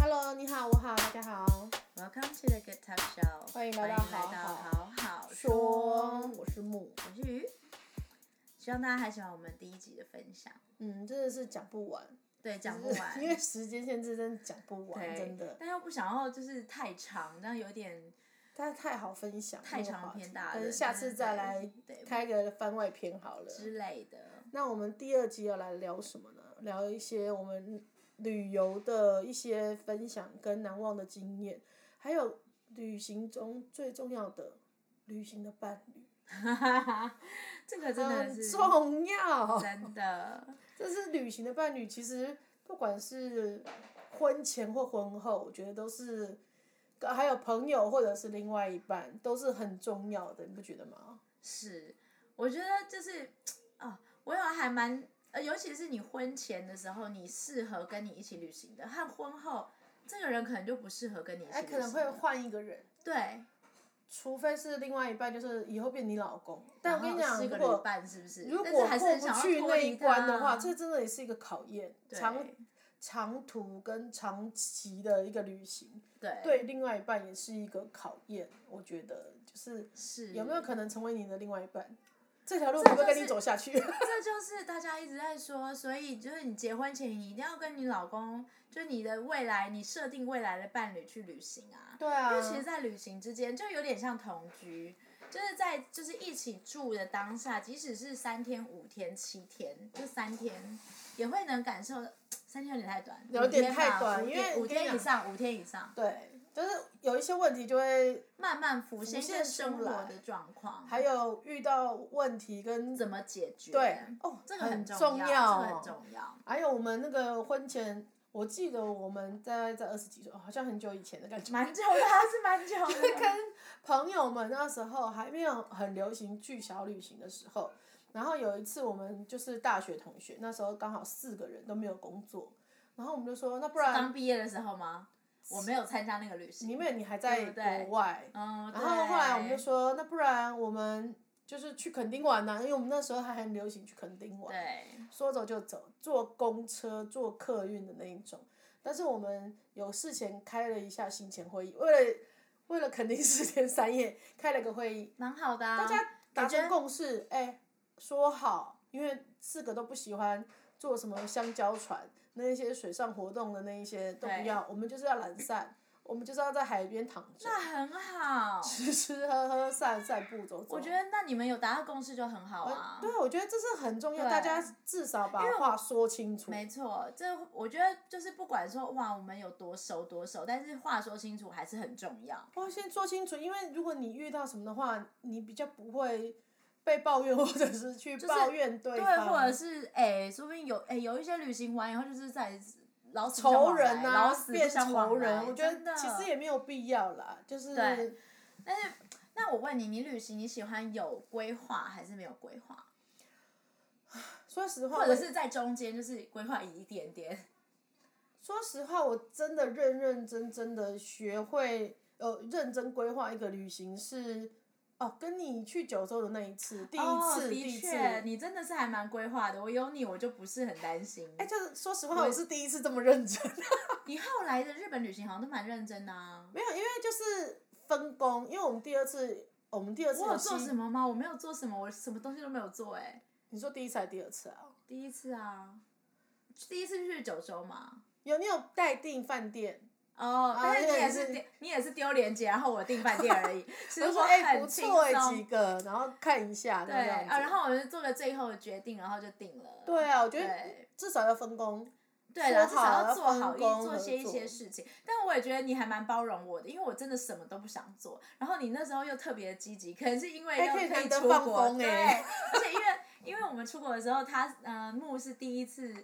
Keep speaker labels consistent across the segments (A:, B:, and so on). A: Hello，你好，我好，大家好，
B: Welcome to the Good Talk Show，
A: 欢迎来
B: 来
A: 到
B: 到
A: 好
B: 好好
A: 说
B: 说，
A: 我是木，
B: 我是鱼，希望大家还喜欢我们第一集的分享。
A: 嗯，真的是讲不完，
B: 对，讲不
A: 就是
B: 完，
A: 因为时间限制，真的讲不完，
B: 对
A: 真的，
B: 但又不想要就是太长，这样有点
A: 但是太好分享，
B: 太
A: 这个
B: 长
A: 话题
B: 篇大
A: 但
B: 论
A: 是下次再
B: 但是
A: 来
B: 对
A: 开个番外篇好了。
B: 之类的。
A: 那我们第二集要来聊什么呢？聊一些我们旅游的一些分享跟难忘的经验，还有旅行中最重要的旅行的伴侣，
B: 这个真的
A: 很
B: 是
A: 重要。
B: 真的，
A: 这是旅行的伴侣，其实不管是婚前或婚后，我觉得都是，呃还有朋友或者是另外一半，都是很重要的，你不觉得吗？
B: 是，我觉得就是啊，我有还蛮，呃，尤其是你婚前的时候，你适合跟你一起旅行的，和婚后这个人可能就不适合跟你一起
A: 哎，
B: 旅行
A: 可能
B: 了。
A: 会换一个人，
B: 对，
A: 除非是另外一半，就是以后变你老公。但我
B: 然
A: 跟你
B: 后
A: 讲，
B: 是
A: 如
B: 个
A: 果
B: 旅伴是不是？
A: 如
B: 但是
A: 果
B: 还是
A: 过
B: 很
A: 不
B: 想要
A: 去
B: 脱
A: 那
B: 离
A: 一关的
B: 它
A: 话，这真的也是一个考验，
B: 对
A: 长长途跟长期的一个旅行，
B: 对
A: 对另外一半也是一个考验。我觉得就是
B: 是
A: 有没有可能成为你的另外一半？这条路会不会跟你走下 去？
B: 这就是大家一直在说，所以就是你结婚前你一定要跟你老公，就是你的未来，你设定未来的伴侣去旅行啊。
A: 对啊
B: 因为其实，在旅行之间就有点像同居，就是在就是一起住的当下，即使是三天、五天、七天，就三天，也会能感受。三天有点太短，
A: 有点
B: 五天吧
A: 太短
B: 五
A: 因为
B: 天五
A: 跟你
B: 天
A: 讲
B: 以上，五天以上，
A: 对，就是有一些问题就会，
B: 慢慢浮现一
A: 现
B: 个
A: 出
B: 生活
A: 来
B: 的状况，
A: 还有遇到问题跟
B: 怎么解决？
A: 对哦
B: 这个
A: 很
B: 很
A: 重
B: 要，
A: 要
B: 这个
A: 哦
B: 很重要。
A: 还有我们那个婚前，我记得我们在在二十几岁，哦好像很久以前的感觉。
B: 蛮久的啊，是蛮久的。
A: 跟朋友们那时候还没有很流行去小旅行的时候，然后有一次我们就是大学同学，那时候刚好四个人都没有工作，然后我们就说，那不然
B: 刚毕业的时候吗？我没有参加那个旅行。
A: 因为你还
B: 对
A: 在
B: 不对
A: 国外，
B: 嗯，
A: 然后后来我们就
B: 对
A: 说，那不然我们就是去垦丁玩呐、因为我们那时候还很流行去垦丁玩，
B: 对，
A: 说走就走，坐公车、坐客运的那一种。但是我们有事前开了一下行前会议，为了为了垦丁四天三夜开了个会议，
B: 蛮好的啊。
A: 大家达
B: 感觉
A: 成共识，哎、说好，因为四个都不喜欢做什么香蕉船那一些水上活动的那一些都不
B: 对
A: 要，我们就是要懒散，我们就是要在海边躺着。
B: 那很好，
A: 吃吃喝喝、散散步、走走。
B: 我觉得那你们有达到共识就很好啊。
A: 呃对，我觉得这是很重要，
B: 对
A: 大家至少把话说清楚。
B: 没错，这我觉得就是不管说哇我们有多熟多熟，但是话说清楚还是很重要。
A: 我先说清楚，因为如果你遇到什么的话，你比较不会被抱怨，或者是去
B: 是
A: 抱怨对
B: 对，
A: 方，
B: 或者是哎，说不定有哎有一些旅行完以后就是在老死不相
A: 仇
B: 往来
A: 人啊
B: 老，死不
A: 变
B: 相往
A: 仇人。
B: 来
A: 我觉
B: 真的
A: 得其实也没有必要啦，就是
B: 对但是，那我问你，你旅行你喜欢有规划还是没有规划，
A: 说实话，
B: 或者是在中间就是规划一点点？
A: 说实话，我真的认认真真的学会，呃，认真规划一个旅行是，哦，跟你去九州的那一次，第一次，
B: 哦、
A: 第
B: 的
A: 一次，
B: 确，你真的是还蛮规划的。我有你，我就不是很担心。
A: 哎、就是说实话，我是第一次这么认真。
B: 你后来的日本旅行好像都蛮认真的、啊。
A: 没有，因为就是分工，因为我们第二次，我们第二次
B: 我有做
A: 西
B: 什么吗？我没有做什么，我什么东西都没有做、哎，
A: 你说第一次还是第二次啊？
B: 第一次啊，第一次去九州嘛。
A: 有，你有待订饭店，
B: 哦，
A: 啊
B: 但是你也
A: 那
B: 是
A: 个
B: 丢，你也是丢链接，然后我订饭店而 已。其实
A: 我说哎、
B: 很
A: 不
B: 轻
A: 错哎、
B: 松
A: 几个，然后看一下
B: 对
A: 那样子。
B: 啊，然后我们就做个最后的决定，然后就定了。
A: 对啊，我觉得
B: 对
A: 至少要分工。
B: 对了，
A: 说
B: 至
A: 好
B: 少
A: 要
B: 要做好
A: 分
B: 一
A: 工
B: 做
A: 合
B: 些一
A: 作
B: 些事情。但我也觉得你还蛮包容我的，因为我真的什么都不想做。然后你那时候又特别积极，可能是因为
A: 还
B: 要
A: 可以难得
B: 出
A: 放
B: 国，
A: 风
B: 对，
A: 欸
B: 而且因为因为我们出国的时候，他呃木是第一次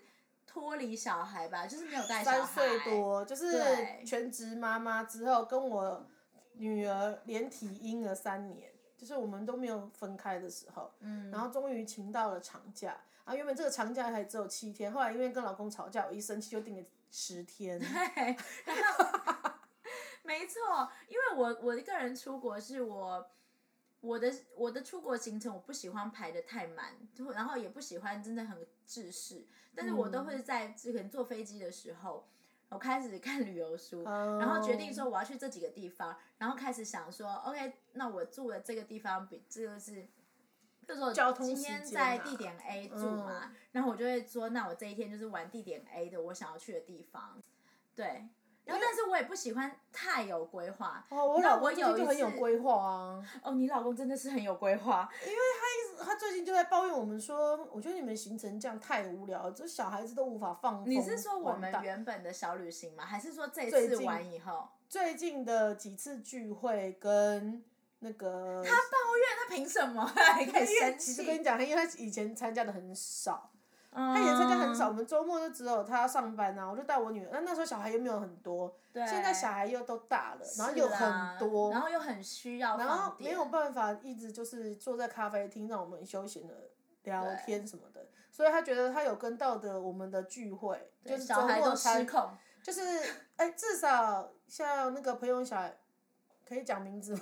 B: 脱离小孩吧，就是没有带小孩，
A: 三岁多，就是
B: 对
A: 全职妈妈之后，跟我女儿连体婴了三年，就是我们都没有分开的时候，嗯，然后终于请到了长假，啊，原本这个长假还只有七天，后来因为跟老公吵架，我一生气就定了十 天，
B: 对，然后没错，因为我我一个人出国是我我的我的出国行程我不喜欢排的太满，就然后也不喜欢真的很制式，但是我都会在可能坐飞机的时候。我开始看旅游书，
A: 嗯
B: 然后决
A: 哦
B: 定说我要去这几个地方，然后开始想说，OK，那我住的这个地方比这就是。比如说，
A: 交
B: 我
A: 通
B: 今
A: 时
B: 天
A: 间
B: 在
A: 啊
B: 地点 A 住嘛，
A: 嗯
B: 然后我就会说，那我这一天就是玩地点 A 的我想要去的地方，对。然后，但是我也不喜欢太有规划。
A: 哦，我
B: 你知道
A: 老公
B: 我
A: 最近
B: 有
A: 就
B: 一
A: 很有
B: 次
A: 规划啊，
B: 哦，你老公真的是很有规划，
A: 他最近就在抱怨我们说，我觉得你们行程这样太无聊，这小孩子都无法放
B: 你
A: 你
B: 是说我们原本的小旅行吗？还是说这
A: 最
B: 次
A: 近
B: 完以后？
A: 最近的几次聚会跟那个
B: 他抱怨，他凭什么？还可
A: 因
B: 以
A: 为
B: 生
A: 其实
B: 气？嗯
A: 跟你讲，因为他以前参加的很少，
B: 他
A: 他以前参加很少，我，们周末就只有他上班啊，我就带我女儿。那那时候小孩又没有很多，
B: 对，
A: 现在小孩又都大了，然后又
B: 是啦
A: 很多，
B: 然后又很需要
A: 然后
B: 放
A: 没
B: 电，
A: 有办法一直就是坐在咖啡厅让我们休闲的聊天什么的，所以他觉得他有跟到的我们的聚会，
B: 对
A: 就是
B: 小
A: 周
B: 孩
A: 末
B: 都失
A: 才
B: 控。
A: 就是哎、至少像那个朋友小孩，可以讲名字吗？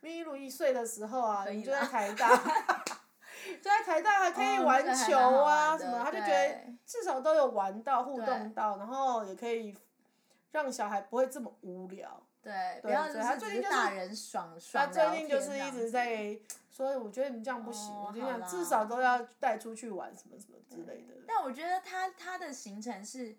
A: 咪露一岁的时候啊，
B: 可以啦
A: 你就在台 大，就在台大还可以
B: 哦
A: 玩
B: 这个还
A: 球
B: 蛮好
A: 啊
B: 玩
A: 什
B: 的
A: 么，他就觉得
B: 对
A: 至少都有玩到互动
B: 对
A: 到，然后也可以让小孩不会这么无聊。
B: 对，不
A: 对
B: 要
A: 所
B: 就
A: 以他
B: 是
A: 最
B: 只
A: 近
B: 是
A: 就是
B: 大人爽爽
A: 他
B: 聊天这样。
A: 最近就是一直在说，我觉得你这样不行，
B: 哦
A: 我跟你讲，
B: 好啦
A: 至少都要带出去玩什么什么之类的。
B: 但我觉得他他的行程是，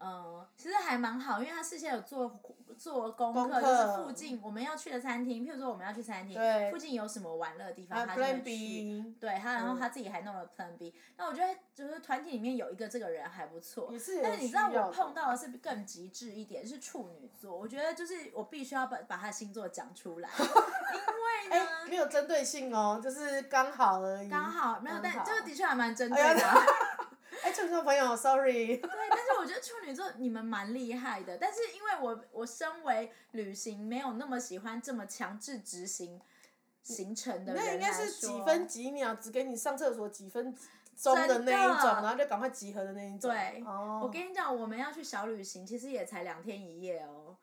B: 呃，其实还蛮好，因为他事先有做做功
A: 功课
B: 课，就是附近我们要去的餐厅，譬如说我们要去餐厅，
A: 对
B: 附近有什么玩乐的地
A: 啊
B: 方，他就会
A: ，Plan
B: 去。
A: B 嗯
B: 对他，然后他自己还弄了 Plan B、那我觉得就是团体里面有一个这个人还不错
A: 也，是有需要的，
B: 但是你知道我碰到的是更极致一点，是处女座。我觉得就是我必须要把把他的星座讲 出来，因为
A: 哎、
B: 呢。
A: 没有针对性哦，就是刚好而已。
B: 刚好没有，
A: 哎刚好
B: 但这个的确还蛮针对
A: 哎呀
B: 的。啊
A: 哎，听众朋友，sorry，
B: 对，但是我觉得处女座你们蛮厉害的，但是因为我我身为旅行没有那么喜欢这么强制执行行程的人
A: 嗯那应该是
B: 来说
A: 几分几秒，只给你上厕所几分钟的
B: 真的
A: 那一种，然后就赶快集合的那一种。
B: 对
A: 哦，
B: 我跟你讲，我们要去小旅行，其实也才两天一夜哦。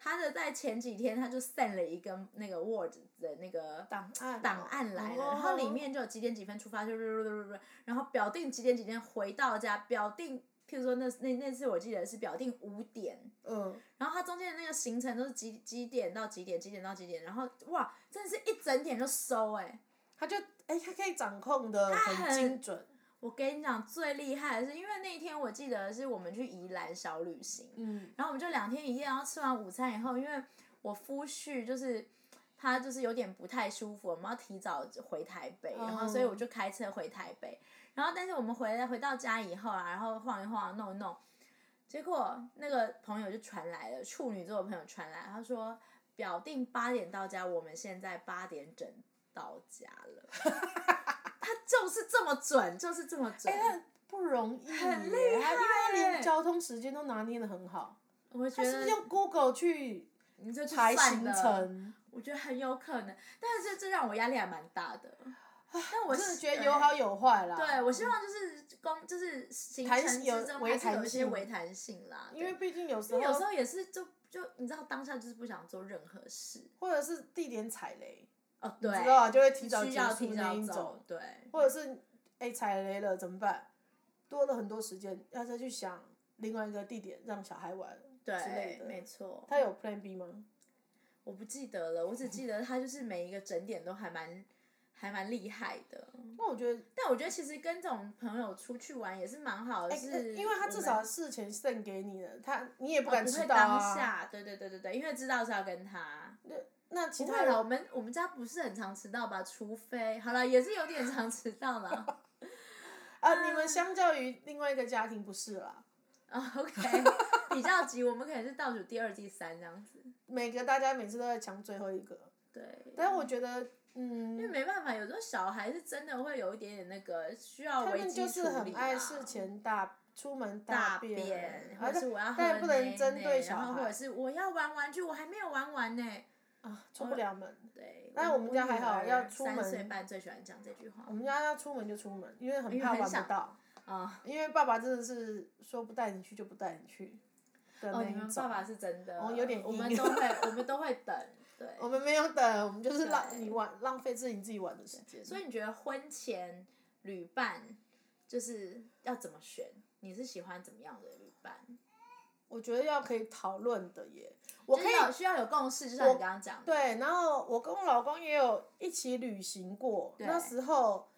B: 他的在前几天他就 send 了一个那个 Word 的那个
A: 档案
B: 档案来了，
A: 哦
B: 然后里面就有几点几分出发，就然后表定几点几点回到家，表定譬如说那那那次我记得是表定五点，
A: 嗯，
B: 然后它中间的那个行程都是几几点到几点，几点到几点，然后哇，真的是一整点就收哎、
A: 他就哎，他可以掌控的很
B: 很
A: 精准，
B: 我跟你讲，最厉害的是，因为那一天我记得是我们去宜兰小旅行，
A: 嗯，
B: 然后我们就两天一夜，然后吃完午餐以后，因为我夫婿就是他就是有点不太舒服，我们要提早回台北，
A: 哦
B: 然后所以我就开车回台北，然后但是我们回来回到家以后啊，然后晃一晃弄一弄，结果那个朋友就传来了，处女座的朋友传来，他说表定八点到家，我们现在八点整到家了。 他就是这么准，就是这么准。
A: 哎，那不容易耶，
B: 很厉
A: 害，因为他连
B: 害
A: 交通时间都拿捏的很好，
B: 我觉
A: 他是不
B: 得
A: 是用 Google 去
B: 你这去
A: 排
B: 算
A: 行
B: 的
A: 程？
B: 我觉得很有可能，但是这这让我压力还蛮大的。但我
A: 啊真的
B: 是呃
A: 觉得有好有坏啦。
B: 对，我希望就是公就是行程
A: 弹
B: 之
A: 有
B: 中
A: 微
B: 还是有
A: 弹
B: 一些
A: 性
B: 微弹性啦，
A: 因为
B: 对
A: 毕竟有时
B: 因
A: 候
B: 为有时候也是就就你知道当下就是不想做任何事
A: 或者是地点踩雷，
B: 哦，对，
A: 你知道啊，就会提早
B: 需
A: 结
B: 要
A: 束
B: 提
A: 那
B: 早
A: 一
B: 走
A: 种，，
B: 对，
A: 或者是哎踩雷了怎么办？多了很多时间，要再去想另外一个地点让小孩玩之类
B: 对，没
A: 的。
B: 错，
A: 他有 Plan B 吗？
B: 我不记得了，我只记得他就是每一个整点都还蛮还蛮厉害的。
A: 那我觉得，
B: 但我觉得其实跟这种朋友出去玩也是蛮好的，
A: 哎、
B: 是
A: 因为他至
B: 我们哦
A: 少事前送给你了，他你也不敢
B: 不
A: 迟
B: 会
A: 到
B: 当
A: 啊。
B: 下，对对对对对，因为知道是要跟他。
A: 那其
B: 不
A: 他
B: 会了，我
A: 人
B: 们我们家不是很常迟到吧？除非好了，也是有点常迟 到啦。
A: 啊，你们相较于另外一个家庭不是啦，
B: 啊 OK，比 较急，我们可能是倒数第二、第三这样子。
A: 每个大家每次都在抢最后一个，
B: 对，
A: 但我觉得，嗯
B: 因为，没办法，有时候小孩是真的会有一点点那个需要
A: 他
B: 危
A: 们
B: 机
A: 就是
B: 处
A: 很
B: 理
A: 爱
B: 啦
A: 事前大出门
B: 大
A: 便，
B: 便，或
A: 而
B: 者
A: 且
B: 是我要喝
A: 但也不能
B: 奶
A: 针对
B: 奶
A: 小
B: 然后或者
A: 孩
B: 是我要玩玩具，我还没有玩完呢。
A: 啊出不了门。
B: 对，
A: 那我们家还好
B: 女儿
A: 要出
B: 三岁
A: 门
B: 半最喜欢讲这句话
A: 我们家要出门就出门，因为很
B: 因为
A: 怕
B: 很
A: 玩
B: 想
A: 不到，
B: 啊。
A: 因为爸爸真的是说不带你去就不带你去的
B: 哦，
A: 那
B: 你们
A: 一
B: 爸
A: 种。
B: 爸是真的，
A: 哦有点哦
B: 我们
A: 硬
B: 都会，我们都会等，对。
A: 我们没有等，我们就是让
B: 对
A: 你玩，浪费自己自己玩的时间。
B: 所以你觉得婚前旅伴就是要怎么选？你是喜欢怎么样的旅伴？
A: 我觉得要可以讨论的耶。我可以
B: 真的需要有共识，就像你刚刚讲的，
A: 对，然后我跟我老公也有一起旅行过，那时候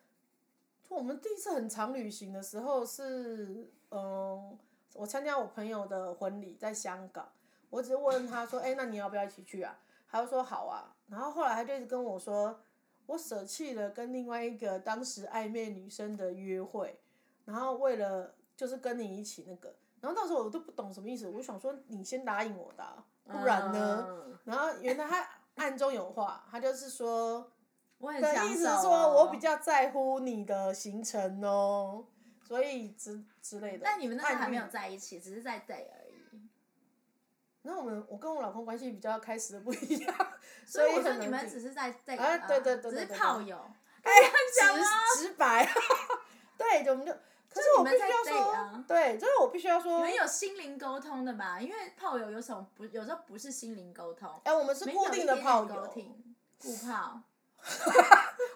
A: 就我们第一次很长旅行的时候是，嗯，我参加我朋友的婚礼在香港，我只是问他说，哎、那你要不要一起去啊？他就说好啊，然后后来他就一直跟我说，我舍弃了跟另外一个当时暧昧女生的约会，然后为了就是跟你一起那个，然后到时候我都不懂什么意思，我就想说你先答应我的啊、不然呢？
B: 嗯
A: 然后原来他暗中有话，他就是说，
B: 我很
A: 的
B: 享
A: 意思
B: 受
A: 是
B: 哦
A: 说我比。较在乎你的行程哦，所以之之类的。
B: 但你们那时候还没有
A: 暗喻
B: 在一起，只是在 date 而已。
A: 然后我们我跟我老公关系比较开始不一 样，
B: 所以我
A: 以
B: 说
A: 很
B: 你
A: 难
B: 们
A: 定
B: 只是在 date，
A: 哎
B: 啊
A: 对对对
B: 只是
A: 对对
B: 炮
A: 对
B: 友。
A: 直直白，啊对，就我们就。可是
B: 啊就
A: 我
B: 你
A: 必须
B: 们在
A: 要
B: date
A: 说，
B: 啊
A: 对，就是我必须要
B: 你
A: 说，
B: 们有心灵沟通的吧？因为炮友有时候不，有时候不是心灵沟通，
A: 哎、我们是
B: 没
A: 固
B: 有
A: 定
B: 一
A: 的
B: 点点
A: 炮
B: 沟
A: 友，
B: 通，固炮。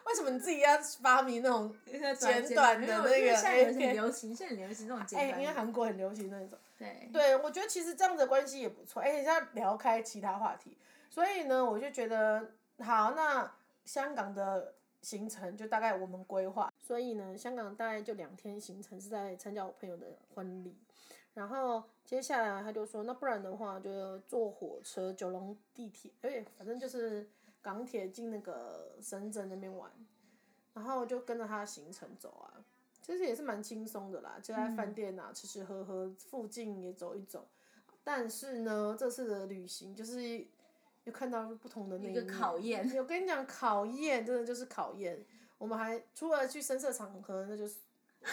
A: 为什么你自己要发明那种？
B: 简
A: 短的那个
B: 现在有
A: AK
B: 点流行，现在很流行这种
A: 哎、
B: 简
A: 因为
B: 短的。
A: 韩国很流行那种。
B: 对，
A: 对，我觉得其实这样的关系也不错，而且要聊开其他话题。所以呢，我就觉得好，那香港的行程就大概我们规划。所以呢，香港大概就两天行程是在参加我朋友的婚礼，然后接下来他就说，那不然的话就坐火车九龙地铁，哎，反正就是港铁进那个深圳那边玩，然后就跟着他的行程走啊。其实也是蛮轻松的啦，就在饭
B: 嗯
A: 店啊、吃吃喝喝，附近也走一走。但是呢，这次的旅行就是又看到不同的那
B: 一个
A: 面
B: 考验。
A: 我跟你讲，考验真的就是考验。我们还除了去深色场合，那就是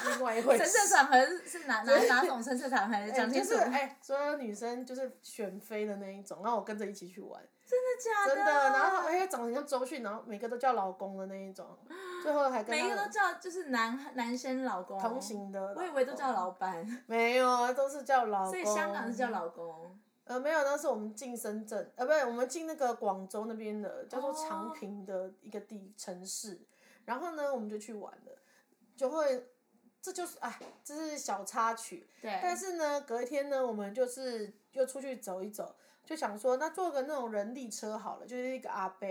A: 另外一回事。
B: 深色场合是是哪哪哪种深色场合？
A: 哎
B: 讲
A: 就
B: 清楚。
A: 是哎，所有女生就是选妃的那一种，然后我跟着一起去玩，
B: 真
A: 真的。
B: 的假
A: 然后哎，长得很像周迅，然后每个都叫老公的那一种，最后还跟
B: 每一个
A: 他
B: 哎都叫就是男男生老公。
A: 嗯同。行的。
B: 我以为都叫老板，
A: 没有啊，都是叫老公。
B: 所以香港是
A: 哦
B: 叫老公。
A: 呃没有，那是我们进深圳，呃不对，我们进那个广州那边的叫做
B: 哦
A: 长平的一个地城市，然后呢我们就去玩了，就会这就是哎这是小插曲，
B: 对。
A: 但是呢隔一天呢我们就是又出去走一走，就想说那坐个那种人力车好了，就是一个阿伯，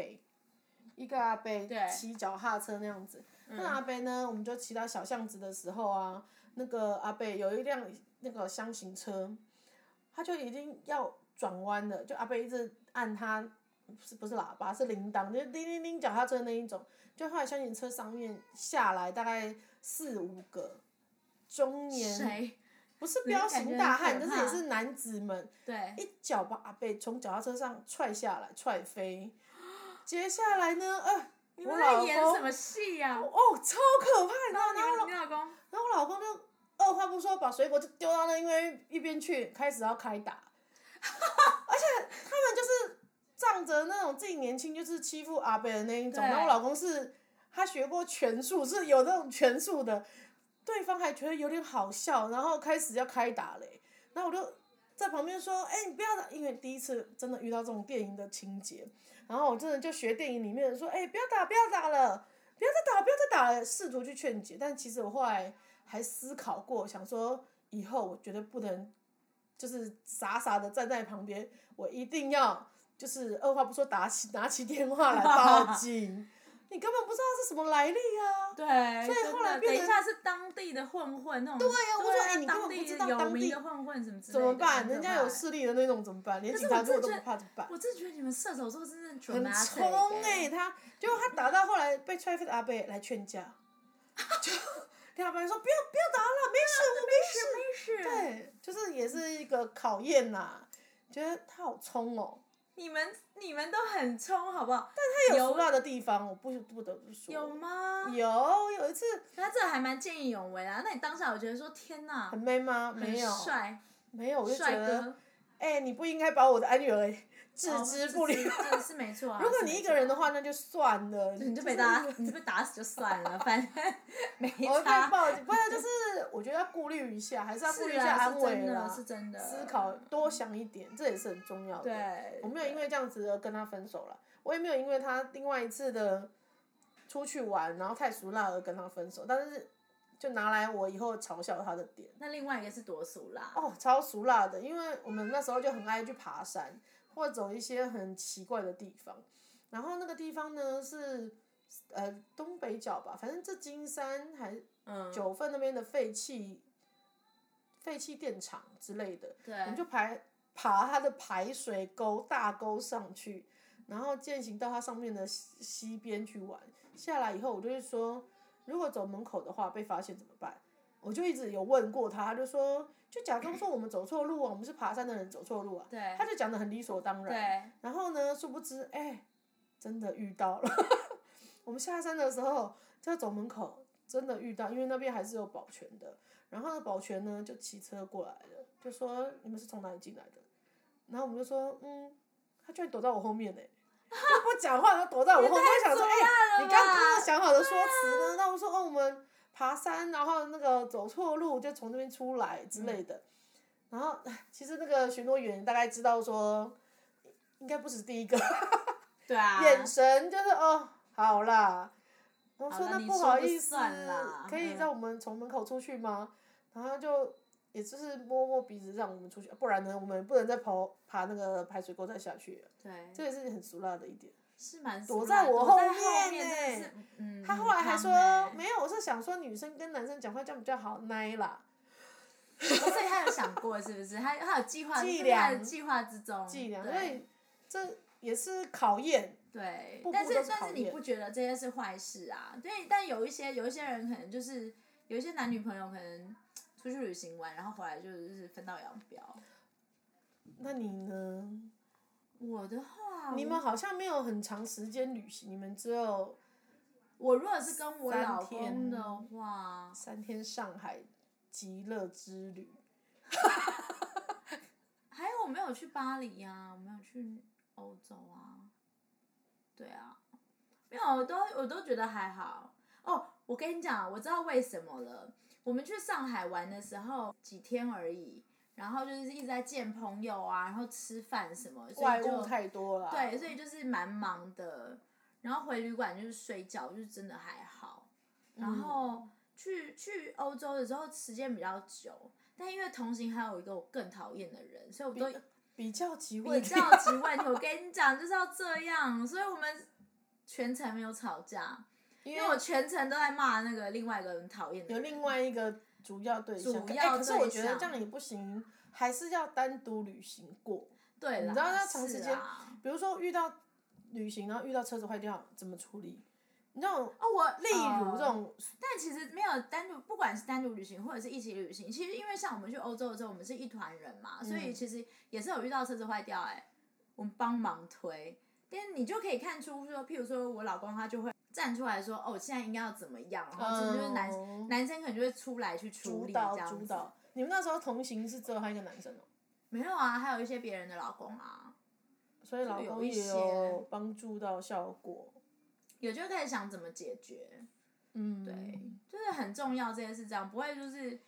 A: 一个阿伯
B: 对嗯
A: 骑脚踏车那样子，那阿伯呢我们就骑到小巷子的时候啊，那个阿伯有一辆那个箱型车。他就已经要转弯了，就阿贝一直按他，是不是喇叭是铃铛，就是叮铃铃脚踏车那一种。就后来厢型车上面下来大概四五个中年，
B: 谁？
A: 不是彪形大汉，但
B: 你就感觉很可怕
A: 是也是男子们，
B: 对。
A: 一脚把阿贝从脚踏车上踹下来，踹飞。 接下来呢，呃，
B: 你
A: 我
B: 们在
A: 老
B: 演什
A: 公
B: 么戏呀、
A: 哦，超可怕，你知
B: 然
A: 道
B: 后
A: 吗？然后
B: 你们你老公，
A: 然后我老公就二话不说把水果就丢到那因为一边去，开始要开打。而且他们就是仗着那种自己年轻就是欺负阿北的那一种，
B: 对
A: 然后我老公是他学过拳术，是有那种拳术的，对方还觉得有点好笑，然后开始要开打嘞、然后我就在旁边说：“哎、你不要打！”因为第一次真的遇到这种电影的情节，然后我真的就学电影里面的说：“哎、不要打，不要打了，不要再打，不要再打了。”试图去劝解，但其实我后来还思考过，想说以后我绝对不能就是傻傻的站在旁边，我一定要就是二话不说打起拿起电话来 报警。你根本不知道是什么来历啊！
B: 对，
A: 所以
B: 真
A: 后来
B: 的
A: 变
B: 等一
A: 成
B: 下是当地的混混那种，对
A: 呀我说哎你根
B: 当
A: 本不
B: 地
A: 知道
B: 有
A: 当
B: 名
A: 地
B: 的混混什么之类
A: 怎
B: 的，
A: 么办？
B: 很可
A: 人家有
B: 怕欸。
A: 势力的那种怎么办？连
B: 可是
A: 警察
B: 我
A: 如果
B: 真
A: 都
B: 觉
A: 不
B: 得
A: 怕怎么办？
B: 我真的觉得你们射手座真的欸准
A: 很
B: 拿
A: 冲哎、他结果他打到后来被踹飞的阿贝来劝架，就跟阿贝说不要不要打了，没
B: 没事
A: 事我没事。对，就是也是一个考验呐，觉得他好冲哦，
B: 你们你们都很冲，好不好？
A: 他有
B: 有
A: 俗辣的地方，我不不得不说。
B: 有吗？
A: 有有一次
B: 他这还蛮见义勇为啊啦。那你当下我觉得说，天哪
A: 很，妹吗？
B: 很
A: 没有
B: 帅，
A: 没有，我就觉
B: 帅
A: 得
B: 哥，
A: 哎、你不应该把我的安女儿置
B: 哦
A: 之不理。
B: 这这这是没错啊。
A: 如果
B: 是
A: 你
B: 没
A: 一
B: 错
A: 个人的话，那就算了，
B: 你就被
A: 是
B: 打， 你被打死就算了，反正没
A: 我会被
B: 差。
A: 报警，不然就是我觉得要顾虑一下，还是要顾虑
B: 是
A: 一下
B: 啊，
A: 安
B: 是
A: 慰
B: 真
A: 啦
B: 的，，是真的。
A: 思考多想一点，这也是很重要的。
B: 对，
A: 我没有因为这样子而跟他分手了，我也没有因为他另外一次的出去玩，然后太俗辣而跟他分手，但是就拿来我以后嘲笑他的点。
B: 那另外一个是多俗啦，
A: 哦，超俗辣的，因为我们那时候就很爱去爬山，或走一些很奇怪的地方。然后那个地方呢是，呃，东北角吧，反正这金山还
B: 嗯，
A: 九份那边的废弃、废弃电厂之类的，
B: 对
A: 我们就排爬它的排水沟大沟上去，然后践行到它上面的西西边去玩。下来以后，我就会说，如果走门口的话被发现怎么办？我就一直有问过他，他就说就假装说我们走错路啊，我们是爬山的人走错路啊，
B: 对
A: 他就讲的很理所当然。
B: 对，
A: 然后呢，殊不知，哎、真的遇到了。 我们下山的时候，在走门口真的遇到，因为那边还是有保全的。然后呢，保全呢就骑车过来了，就说你们是从哪里进来的？然后我们就说，嗯，他居然躲在我后面呢、就不讲话，他躲在我后面。我想说，哎、你刚刚刚想好的说辞呢？那我说，哦，我们爬山，然后那个走错路，就从那边出来之类的。然后，哎其实那个巡逻员大概知道说，应该不是第一个，
B: 对啊，
A: 眼神就是哦，好啦。我
B: 好
A: 说
B: 啦
A: 那
B: 你
A: 不
B: 说
A: 好
B: 就
A: 意思
B: 算啦，
A: 可以
B: 嗯
A: 让我们从门口出去吗？然后他就也就是摸摸鼻子让我们出去，不然呢，我们不能再爬爬那个排水沟再下去了，
B: 对，
A: 这也是很俗辣的一点。
B: 是蛮
A: 躲
B: 俗
A: 在
B: 辣
A: 我
B: 躲
A: 后
B: 在
A: 面
B: 面真的
A: 呢
B: 是，嗯，
A: 他
B: 很
A: 后来还
B: 夯
A: 说、
B: 欸
A: 没有，我是想说女生跟男生讲话这样比较好奶啦，
B: 哦 所以他有想过是不是？他他有计划，
A: 计
B: 这是他的
A: 量
B: 计划之中，
A: 伎俩，所
B: 对
A: 以这也是考验。
B: 对
A: 步，
B: 但
A: 步
B: 是
A: 都是
B: 但
A: 考
B: 是你
A: 验
B: 不觉得这些是坏事啊？对，但有一些有一些人可能就是有一些男女朋友可能出去旅行玩，然后回来就是分道扬镳。
A: 那你呢？
B: 我的话，
A: 你
B: 我
A: 们好像没有很长时间旅行，你们只有
B: 我如果是跟我
A: 三
B: 老公
A: 天
B: 的话，
A: 三天上海极乐之旅。
B: 还有我没有去巴黎呀、我没有去欧洲啊，对啊，没有，我都我都觉得还好。哦，我跟你讲，我知道为什么了。我们去上海玩的时候几天而已，然后就是一直在见朋友啊，然后吃饭什么，所
A: 怪
B: 以就
A: 物太多了。啊
B: 对，所以就是蛮忙的。然后回旅馆就是睡觉，就是真的还好。然后
A: 嗯
B: 去去欧洲的时候时间比较久，但因为同行还有一个我更讨厌的人，所以我都
A: 比较极
B: 比
A: 问题，
B: 较 急问题。我跟你讲就是要这样，所以我们全程没有吵架，
A: 因
B: 因为我全程都在骂那个另外一个人讨厌 的
A: 有
B: 人。
A: 另外一个主要对象。
B: 主要
A: 哎可是我
B: 对
A: 觉得
B: 象
A: 这样也不行，还是要单独旅行过。
B: 对啦，
A: 你知道他长时
B: 是
A: 间
B: 啊
A: 比如说遇到旅行，然后遇到车子坏掉怎么处理？你知道，
B: 哦，我
A: 例如这
B: 呃
A: 种
B: 但其实没有单独，不管是单独旅行或者是一起旅行，其实因为像我们去欧洲的时候，我们是一团人嘛，所
A: 嗯
B: 以其实也是有遇到车子坏掉、哎，我们帮忙推，但是你就可以看出说，譬如说我老公他就会站出来说，哦，现在应该要怎么样，然后就是就是男、
A: 嗯
B: 男生可能就会出来去处
A: 主
B: 理这
A: 导
B: 样子
A: 主导。你们那时候同行是只有他一个男生哦、
B: 没有啊，还有一些别人的老公啊，
A: 所以老
B: 有
A: 公
B: 一
A: 也
B: 些
A: 有帮助到效果。
B: 有就可以想怎么解决，
A: 嗯，
B: 对，就是很重要这件事，这样不会就是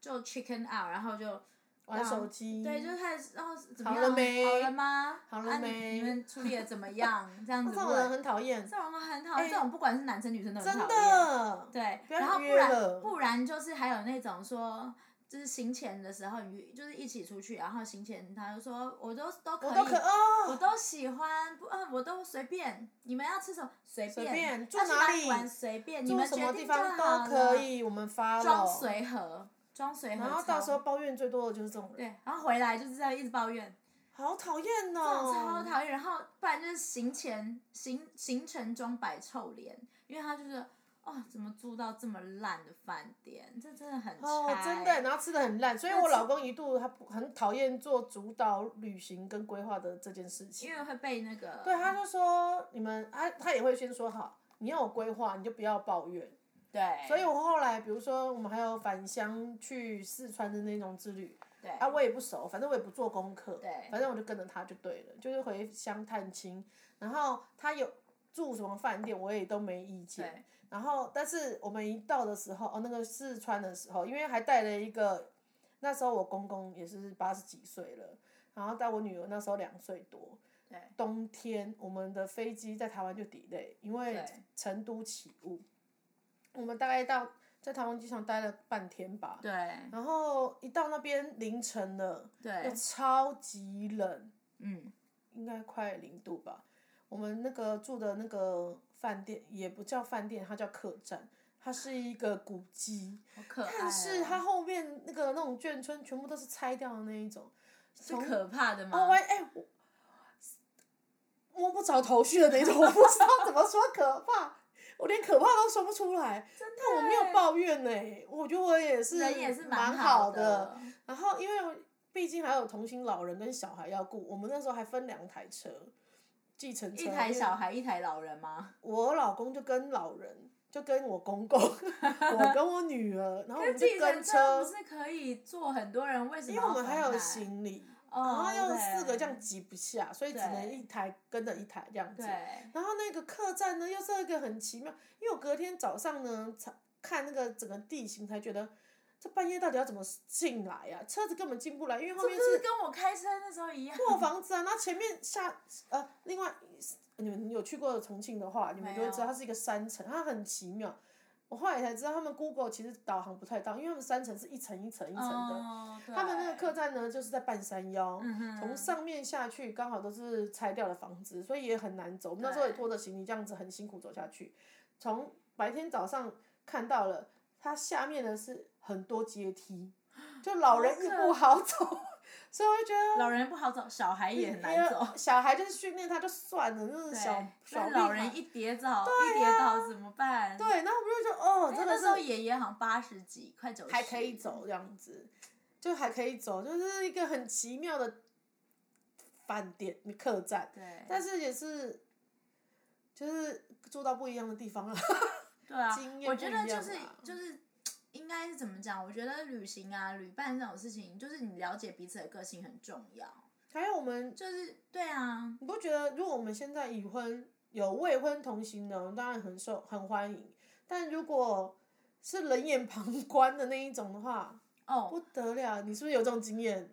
B: 就 chicken out，然后就。
A: 玩手机，
B: 对，就是开始，然后怎么
A: 好
B: 样？
A: 了没
B: 好了吗？
A: 好了
B: 啊你
A: 没
B: 你们处理的怎么样？这样
A: 那
B: 子
A: 这种人
B: 问。
A: 很讨厌，
B: 这种人很讨厌，这种不管是男生女生都很
A: 真
B: 讨厌。
A: 的。
B: 对，
A: 不要
B: 然后不
A: 约
B: 然
A: 了
B: 不然就是还有那种说，就是行前的时候，你就是一起出去，然后行前他就说，我都都可
A: 我
B: 以，
A: 都可哦，
B: 我都喜欢，不，嗯，我都随便，你们要吃什么随便，
A: 随便住
B: 要去哪
A: 哪里
B: 玩随便，你
A: 住
B: 们
A: 什
B: 决
A: 么
B: 定
A: 地
B: 就
A: 方
B: 好
A: 都可
B: 了。
A: 以，我们发
B: 装
A: 了。
B: 随和，装随和超。
A: 然后到时候抱怨最多的就是这种人，
B: 对，然后回来就是在一直抱怨。
A: 好讨厌
B: 这种超
A: 哦。
B: 讨厌，然后不然就是行前行行程中摆臭脸，因为他就是哦，怎么住到这么烂的饭店？这真的很差、欸
A: 哦，真的，。然后吃的很烂，所以我
B: 那
A: 老公一度他不很讨厌做主导旅行跟规划的这件事情
B: 因。为会被那个
A: 对，他就说你们，他他也会先说好，你要有规划，你就不要抱怨。
B: 对，
A: 所以我后来，比如说我们还有返乡去四川的那种之旅，
B: 对
A: 啊，我也不熟，反正我也不做功课，
B: 对
A: 反正我就跟着他就对了，就是回乡探亲，然后他有住什么饭店，我也都没意见
B: 对。
A: 然后，但是我们一到的时候，哦，那个四川的时候，因为还带了一个，那时候我公公也是八十几岁了，然后带我女儿那时候两岁多。
B: 对
A: 冬天我们的飞机在台湾就 delay，因为
B: 对
A: 成都起雾。我们大概到在台湾机场待了半天吧。
B: 对
A: 然后一到那边凌晨了，又
B: 对，
A: 超级冷，
B: 嗯，
A: 应该快零度吧。我们那个住的那个饭店也不叫饭店，它叫客栈，它是一个古迹，
B: 好可爱、哦。
A: 但是它后面那个那种眷村全部都是拆掉的那一种。
B: 是可怕的吗？
A: 哦，喂，哎、我摸不着头绪的那 种，我不知道怎么说可怕，我连可怕都说不出来。
B: 真的
A: 但我没有
B: 耶
A: 抱怨呢、我觉得我也是
B: 人也是
A: 蛮
B: 好
A: 的。，然后因为毕竟还有同行老人跟小孩要顾，我们那时候还分两台车，计程车
B: 一台
A: 因为
B: 小孩，一台老人吗？
A: 我老公就跟老人，就跟我公公， 我跟我女儿，然后我们就
B: 计
A: 跟
B: 程车
A: 车
B: 不，是可以坐很多人？为什么
A: 因
B: 要
A: 为我们还有
B: 分开，
A: 行李，
B: 哦、
A: 然后又
B: OK
A: 四个这样挤不下，所以只
B: 对
A: 能一台跟着一台这样子。
B: 对，
A: 然后那个客栈呢，又是一个很奇妙，因为我隔天早上呢，才看那个整个地形才觉得，这半夜到底要怎么进来呀、车子根本进不来，因为后
B: 这
A: 面
B: 不是跟我开车那时候一样？
A: 破房子啊，然后前面下呃，另外你们有去过重庆的话，你们就会知道它是一个山城，它很奇妙。我后来才知道，他们 Google 其实导航不太到，因为他们山城是一层一层一层的。
B: 哦、对
A: 他们那个客栈呢，就是在半山腰，
B: 嗯哼
A: 从上面下去刚好都是拆掉的房子，所以也很难走。我们那时候也拖着行李这样子很辛苦走下去。从白天早上看到了，它下面呢是很多阶梯，就老人
B: 啊好
A: 也
B: 可
A: 不好走， 所以我就觉得
B: 老人不好走，小孩也很难走。。
A: 小孩就是训练他就算了，那是嗯
B: 对
A: 小小
B: 那
A: 屁
B: 老
A: 孩
B: 人一跌倒，一跌倒怎么办？
A: 啊
B: 哎
A: 对，，然后我们就觉得哦，真的
B: 那时候
A: 是
B: 爷爷好像八十几，快九十，
A: 还可以走这样子，就还可以走，就是一个很奇妙的饭店客栈。
B: 对，
A: 但是也是，就是住到不一样的地方了。
B: 对啊
A: 经，验
B: 我
A: 不
B: 觉
A: 一
B: 得就
A: 样啊
B: 是
A: 啦
B: 就是应该是怎么讲？我觉得旅行啊、旅伴这种事情，就是你了解彼此的个性很重要。
A: 还有我们，
B: 就是对啊，
A: 你不觉得如果我们现在已婚有未婚同行的，我们当然很受很欢迎。但如果是冷眼旁观的那一种的话，
B: 哦，
A: 不得了！你是不是有这种经验？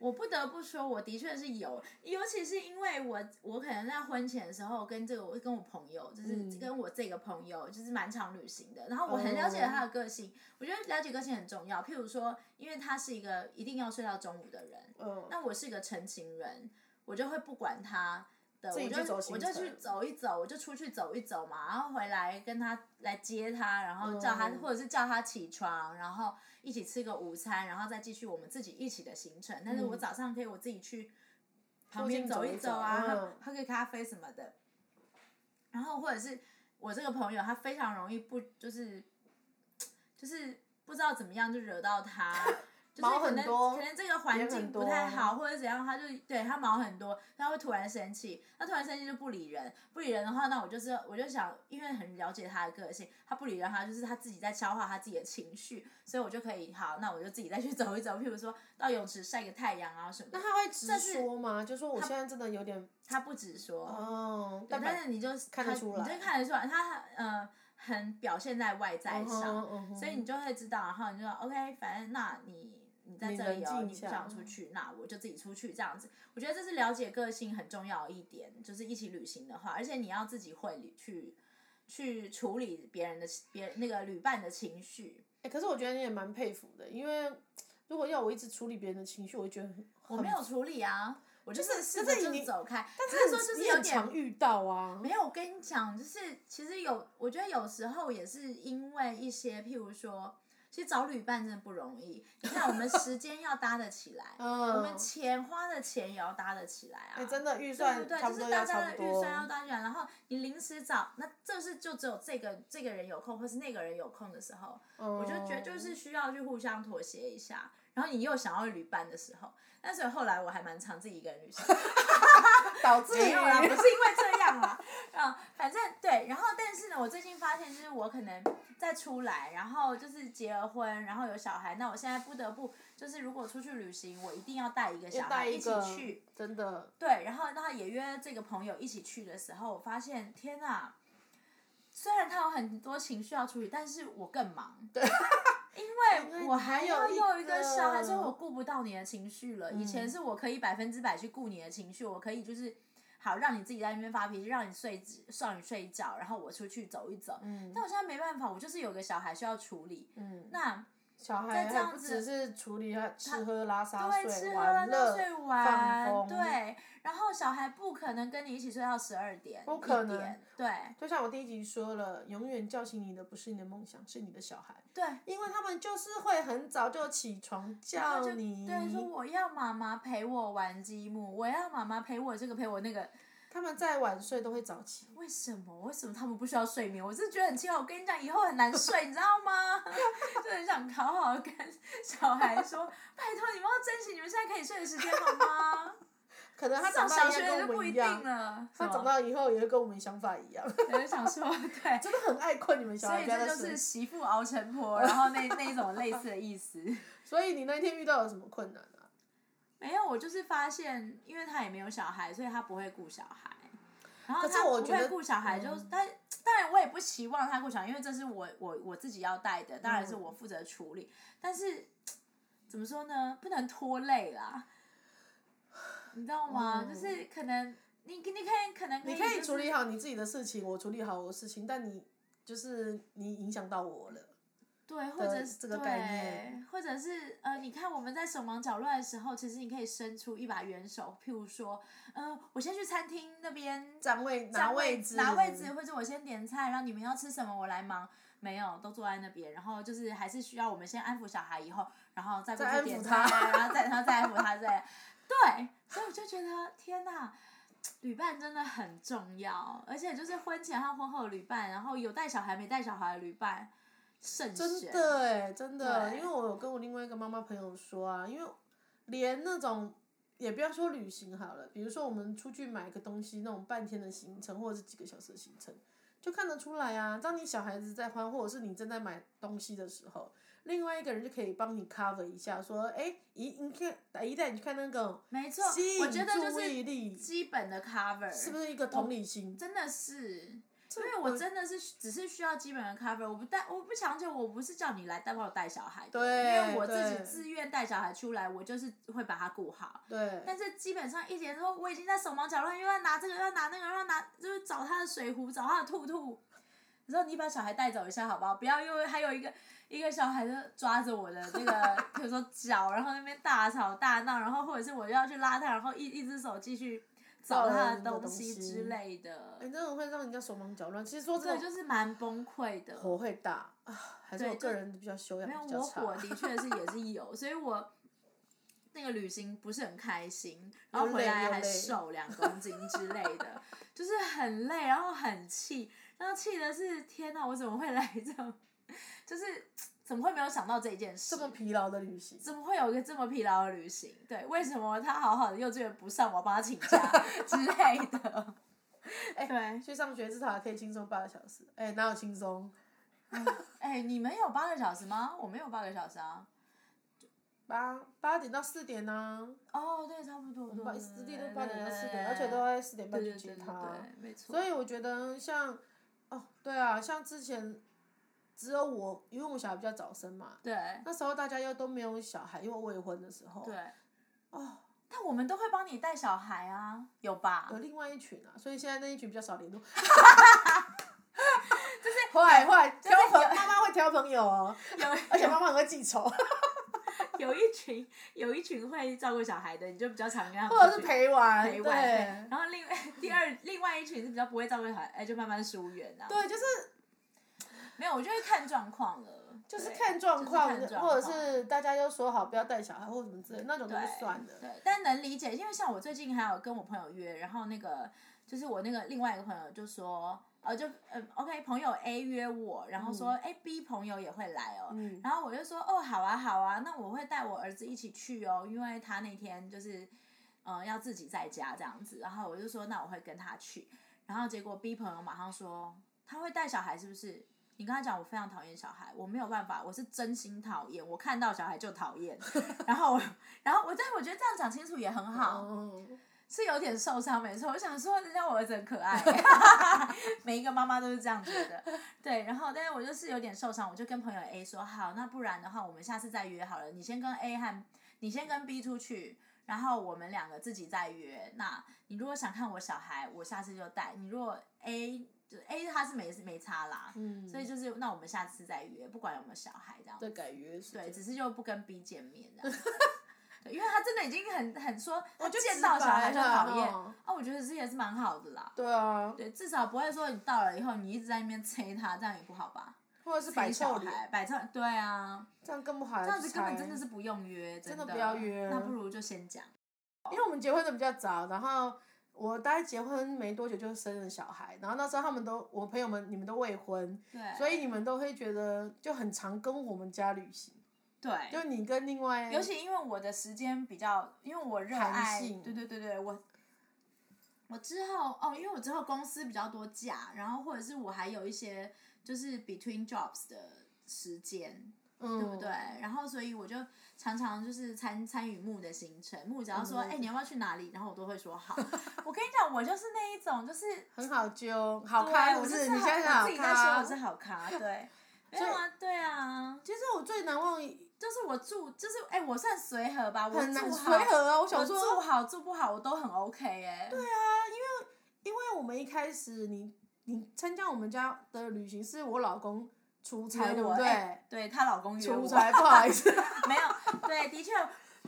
B: 我不得不说，我的确是有，尤其是因为我我可能在婚前的时候跟这个我跟我朋友，就是
A: 嗯
B: 跟我这个朋友，就是蛮常旅行的。然后我很了解他的个性，我觉得了解个性很重要。譬如说，因为他是一个一定要睡到中午的人，
A: 嗯，
B: 那我是一个成情人，我就会不管他的，
A: 自己
B: 我
A: 去
B: 就
A: 走
B: 我
A: 行
B: 就
A: 程
B: 去走一走，我就出去走一走嘛，然后回来跟他来接他，然后叫他、
A: 嗯
B: 或者是叫他起床，然后一起吃个午餐，然后再继续我们自己一起的行程。但是我早上可以我自己去旁边
A: 嗯附近走
B: 一
A: 一
B: 走
A: 走
B: 啊，喝
A: 嗯
B: 喝个咖啡什么的，然后或者是我这个朋友他非常容易不就是就是不知道怎么样就惹到他。 就是
A: 毛
B: 可
A: 很
B: 能
A: 多
B: 可能这个环
A: 也很
B: 境不
A: 多
B: 太好，或者怎样，他就对他毛很多，他会突然生气，他突然生气就不理人，不理人的话，那我就是我就想，因为很了解他的个性，他不理人，他就是他自己在消化他自己的情绪，所以我就可以好，那我就自己再去走一走，譬如说到泳池晒个太阳啊什么
A: 那
B: 的，
A: 他会直
B: 这是
A: 说吗？就说我现在真的有点
B: 他不直说，
A: 哦，
B: 对
A: 但
B: 但是你就是
A: 看得
B: 他
A: 出
B: 你
A: 来
B: 就看得出来，他呃很表现在外
A: 嗯
B: 在上，所
A: 所
B: 以你就会知道，然后你就说 OK，反正那你你在
A: 你
B: 这里
A: 冷
B: 哦，
A: 静
B: 你
A: 一
B: 不
A: 下嗯
B: 想出去，那我就自己出去这样子。我觉得这是了解个性很重要的一点，就是一起旅行的话，而且你要自己会理去去处理别人的别那个旅伴的情绪。
A: 哎、可是我觉得你也蛮佩服的，因为如果要我一直处理别人的情绪，我会觉得很
B: 我没有处理啊，我就
A: 就是是
B: 试
A: 可
B: 着
A: 是
B: 就
A: 你
B: 走开。
A: 但
B: 只是说就是
A: 你
B: 有
A: 很
B: 点
A: 常遇到啊，
B: 没有，我跟你讲，就是其实有，我觉得有时候也是因为一些，譬如说，其实找旅伴真的不容易。你看，我们时间要搭得起来，
A: 嗯
B: 我们钱花的钱也要搭得起来啊，
A: 哎、真的预
B: 对
A: 算
B: 不对？
A: 差
B: 就
A: 不多
B: 是
A: 要
B: 大
A: 差
B: 家的
A: 不
B: 预
A: 多，
B: 算要搭起来，然后你临时找，那这是就只有这个这个人有空，或是那个人有空的时候，
A: 我
B: 我就觉得
A: 嗯
B: 就是需要去互相妥协一下。然后你又想要旅伴的时候，但是后来我还蛮常自己一个人旅行。
A: 导致
B: 没
A: 于
B: 有啦，不是因为这样 啦，啊，反正对，然后但是呢，我最近发现就是我可能再出来，然后就是结了婚，然后有小孩，那我现在不得不就是如果出去旅行，我一定要带一个小
A: 要带
B: 孩一
A: 一
B: 起
A: 个
B: 去，，
A: 真的
B: 对，然后那也约这个朋友一起去的时候，我发现天哪，虽然他有很多情绪要处理，但是我更忙，对， 因
A: 因
B: 为
A: 为
B: 我
A: 你
B: 还
A: 还
B: 要
A: 有一
B: 有一个
A: 个
B: 嗯小孩，所以我顾不到你的情绪了。以前是我可以百分之百去顾你的情绪，我可以就是。好让你自己在那边发脾气，让你睡让你睡觉，然后我出去走一走。
A: 嗯
B: 但我现在没办法，我就是有个小孩需要处理。
A: 嗯，
B: 那
A: 小孩
B: 再这
A: 还
B: 样
A: 不
B: 子
A: 只是处理他吃喝拉撒
B: 对，吃
A: 睡
B: 喝拉
A: 玩
B: 撒
A: 乐
B: 睡
A: 放
B: 玩，
A: 风，，
B: 对，然后小孩不可能跟你一起睡到十二点，
A: 不可
B: 1
A: 能
B: 点，对
A: 就像我第一集说了，永远叫醒你的不是你的梦想，是你的小孩，
B: 对，
A: 因为他们就是会很早就起床
B: 然后
A: 叫
B: 就
A: 你，
B: 对说我要妈妈陪我玩积木，我要妈妈陪我这个陪我那个，
A: 他们再晚睡都会早起。
B: 为什么？为什么他们不需要睡眠？我是觉得很奇怪。我跟你讲，以后很难睡，你知道吗？ 就很想好好地跟小孩说，拜托你们要珍惜你们现在可以睡的时间，好吗？
A: 可能他
B: 上
A: 长
B: 小
A: 大
B: 学
A: 应该
B: 就
A: 跟我
B: 不
A: 们
B: 一
A: 一
B: 定
A: 样，
B: 了。
A: 他长
B: 到，
A: 大以后也会跟我们想法一样，
B: 我就想说， 对，
A: 真的很爱困你们小
B: 所
A: 孩，
B: 以
A: 不要
B: 这
A: 再
B: 就是
A: 睡。
B: 媳妇熬成 婆，然后那那一种类似的意思。
A: 所以你那天遇到了什么困难啊？
B: 没有，我就是发现，因为他也没有小孩，所以他不会顾小孩。然后
A: 可是
B: 他
A: 我
B: 不
A: 觉
B: 会
A: 得
B: 顾小孩就，他当然我也不期望他顾小孩，因为这是我我我自己要带的，当然是我负责处理。但是怎么说呢，不能拖累啦，你知道吗？
A: 嗯
B: 就是可能你你可以可能可以、
A: 你可以处理，好你自己的事情，我处理好我的事情，但你就是你影响到我了。
B: 对，或者是
A: 这个
B: 对
A: 概念，
B: 或者是呃，你看我们在手忙脚乱的时候，其实你可以伸出一把援手，譬如说，呃，我先去餐厅那边
A: 占位拿
B: 拿
A: 位置
B: 置，拿位置，，或者我先点菜，然后你们要吃什么我来忙。没有，都坐在那边，然后就是还是需要我们先安抚小孩，以后然后再过
A: 再
B: 去
A: 安
B: 点
A: 抚
B: 菜啊，
A: 他
B: 然 后再然后再安抚他，再对，所以我就觉得天哪，旅伴真的很重要，而且就是婚前和婚后的旅伴，然后有带小孩没带小孩的旅伴，慎
A: 真
B: 选。
A: 的哎、真的，
B: 对
A: 因为我有跟我另外一个妈妈朋友说啊，因为连那种也不要说旅行好了，比如说我们出去买个东西，那种半天的行程或者是几个小时的行程，就看得出来啊。当你小孩子在欢，或者是你正在买东西的时候，另外一个人就可以帮你 cover 一下，说，哎、一你看，一带你去看那个
B: 没错，
A: 吸
B: 我
A: 引
B: 觉得就
A: 注
B: 是
A: 意力，
B: 基本的 cover，
A: 是不是一个同理心？
B: 真的是。因为我真的是只是需要基本的 cover，我不带，我不强求，我不是叫你来带帮我带小孩的，
A: 对
B: 因为我自己
A: 对
B: 自愿带小孩出来，我就是会把他顾好。
A: 对，
B: 但是基本上一点说，我已经在手忙脚乱，又要拿这个，又要拿那个，又要拿，就是找他的水壶，找他的兔兔。你说你把小孩带走一下好不好？不要又还有一个一个小孩就抓着我的那个，比如说脚，然后那边大吵大闹，然后或者是我要去拉他，然后一一只手继续找他的东西之类的
A: 哎、，那种会让人家手忙脚乱。其实说真的，
B: 对，就是蛮崩溃的。
A: 火会大啊，还是
B: 对
A: 我
B: 就
A: 个人比较修养
B: 没有，
A: 比较
B: 我
A: 差。
B: 火的确是也是有，所以我那个旅行不是很开心，然后
A: 又
B: 回
A: 累
B: 来
A: 又
B: 还
A: 累
B: 瘦两公斤之类的，就是很累，然后很气，然后气的是天哪，我怎么会来这种，就是怎么会没有想到这一件事
A: 这？么疲劳的旅行，
B: 怎么会有一个这么疲劳的旅行？对，为什么他好好的幼稚园不上，我要帮他请假之类的？
A: 哎
B: 对，
A: 去上学至少还可以轻松八个小时。哎、哪有轻松？
B: 哎、你们有八个小时吗？我没有八个小时啊。
A: 八八点到四点呢、
B: 哦，对，差不多。
A: 我们八
B: 对
A: 私立
B: 对
A: 都八点到四
B: 对
A: 点，而且都在四点半
B: 对
A: 去
B: 对
A: 接
B: 对对
A: 他。
B: 对，没错。
A: 所以我觉得像，哦，对啊，像之前只有我，因为我小孩比较早生嘛，
B: 对
A: 那时候大家又都没有小孩，因为未婚的时候，
B: 对，
A: 哦，
B: 但我们都会帮你带小孩啊，有吧
A: 有？另外一群啊，所以现在那一群比较少联 络。就是 坏坏
B: 就是
A: 挑朋友，妈妈会挑朋友 哦，而且妈妈很会记仇，
B: 有有一群有一群会照顾小孩的，你就比较常跟他
A: 或
B: 们
A: 者是
B: 出去
A: 陪玩，
B: 陪玩。对
A: 对
B: 然后另外第二另外一群是比较不会照顾小孩，哎，就慢慢疏远啊。，
A: 对，就是
B: 没有，我就会看状况了，
A: 就是
B: 对
A: 看状况
B: 就是看，状
A: 或者
B: 况
A: 是大家就说好不要带小孩或什么之类，那种就
B: 对，
A: 算了。
B: 对，但能理解，因为像我最近还有跟我朋友约，然后那个就是我那个另外一个朋友就说，呃，就嗯，OK，朋友 A 约我，然后说，哎、b 朋友也会来哦。
A: 嗯
B: 然后我就说，哦，好啊，好啊，那我会带我儿子一起去哦，因为他那天就是，呃，要自己在家这样子。然后我就说，那我会跟他去。然后结果 B 朋友马上说，他会带小孩是不是？你跟他讲，我非常讨厌小孩，我没有办法，我是真心讨厌，我看到小孩就讨厌。 然后我，然后我，但我觉得这样讲清楚也很好，
A: 嗯，
B: 是有点受伤，没错。我想说，人家我儿子很可爱，每一个妈妈都是这样觉得。对，然后但是我就是有点受伤，我就跟朋友 A 说，好，那不然的话，我们下次再约好了。你先跟 A 和你先跟 B 出去，然后我们两个自己再约。那你如果想看我小孩，我下次就带你。如果 A 就 A 他是没没差啦，
A: 嗯，
B: 所以就是那我们下次再约，不管有没有小孩这样子。
A: 再改约是
B: 对，
A: 对
B: 只是就不跟 B 见面 这样子。对因为他真的已经很很说，他
A: 就
B: 见
A: 直
B: 到小
A: 白
B: 孩就
A: 了
B: 讨厌
A: 哦
B: 啊，我觉得这也是蛮好的啦。
A: 对啊，
B: 对，至少不会说你到了以后你一直在那边催他，这样也不好吧？
A: 或者是
B: 催
A: 摆
B: 小
A: 臭脸，
B: 孩，摆臭脸，对啊，
A: 这样更不好。
B: 这
A: 这
B: 样子根本真的是不用约，真
A: 真的不要约
B: 那不如就先讲。
A: 因为我们结婚的比较早，然后我大概结婚没多久就生了小孩，然后那时候他们都我朋友们你们都未婚，
B: 对，
A: 所
B: 以
A: 以你们都会觉得就很常跟我们家旅行，
B: 对，
A: 就你跟另外
B: 尤其因为我的时间比较，因为我热
A: 弹
B: 爱，
A: 性
B: 对对对对，我我之后哦，因为我之后公司比较多假，然后或者是我还有一些就是 between jobs 的时间，
A: 嗯
B: 对不对？然后所以我就常常就是参参与木的行程，木只要说哎、
A: 嗯
B: 你要不要去哪里，然后我都会说好。 我跟你讲，我就是那一种就是
A: 很好揪， 好
B: 对
A: 看，
B: 我
A: 不
B: 就是是
A: 你现在是
B: 好我
A: 好
B: 自己在说我是
A: 看。
B: 好咖，对，没
A: 所以
B: 有啊，对啊，
A: 其实我最难忘
B: 就是我住就是哎、我算随和吧，我
A: 很
B: 住
A: 难
B: 好
A: 随和啊，我想
B: 我
A: 说，
B: 住好住不好我都很 OK 哎、对啊，
A: 因为我们一开始你你参加我们家的旅行是我老公出差，对
B: 我
A: 不对？
B: 哎对她老公约我
A: 出差，不好意思，
B: 没有，对，的确